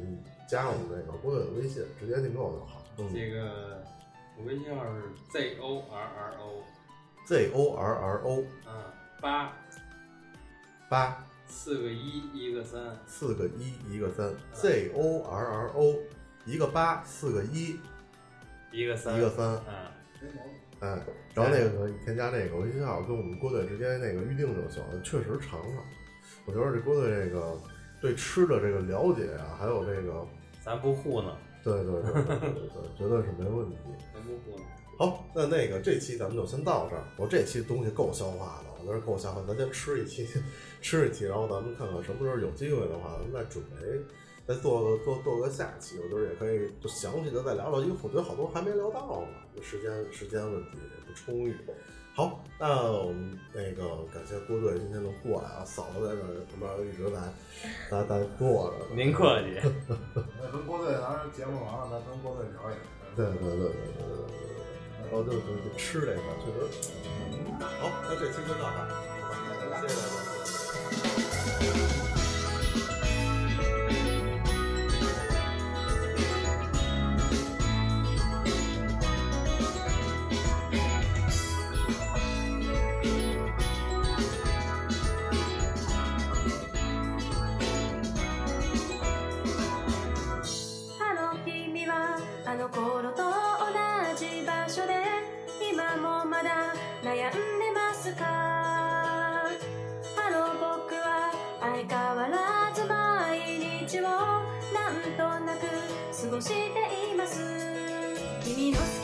Speaker 1: 加我们那个郭队的微信，直接订购就好。嗯
Speaker 4: 这个我微信号是 z o r r o
Speaker 1: ，Z O R R O
Speaker 4: 啊，八
Speaker 1: 八
Speaker 4: 四个一一个三，
Speaker 1: 四个一一个三，Z O R R O 一个八四个一
Speaker 4: 一个三，
Speaker 1: 一个三。
Speaker 4: 啊，
Speaker 2: 没毛病
Speaker 1: 哎，然后那个你添加那个微信号，跟我们郭队直接那个预定就行，确实尝尝。我觉得这郭队这个对吃的这个了解啊，还有这个，
Speaker 4: 咱不糊弄，
Speaker 1: 对对对对对对，绝对是没问题。
Speaker 4: 咱不糊弄。
Speaker 1: [laughs] 好，那那个这期咱们就先到这儿。我这期东西够消化的，我觉得够消化。咱先吃一期， [laughs] 吃一期，然后咱们看看什么时候有机会的话，咱们再准备再做个做做个下期。我觉得也可以就详细的再聊聊，因为我觉得好多还没聊到呢，就时间时间问题也不充裕。好，那我们那个感谢郭队今天能过来啊，嫂子在这儿旁边一直在在在坐着呢。
Speaker 4: 您客气，
Speaker 2: 那跟郭队，咱节目完了，咱跟郭队聊一聊。
Speaker 1: 对对对对对对对对，然后就就就吃这个确实。好，那这期就到这儿。
Speaker 4: 谢谢大家。
Speaker 5: Hello。
Speaker 6: しています君の姿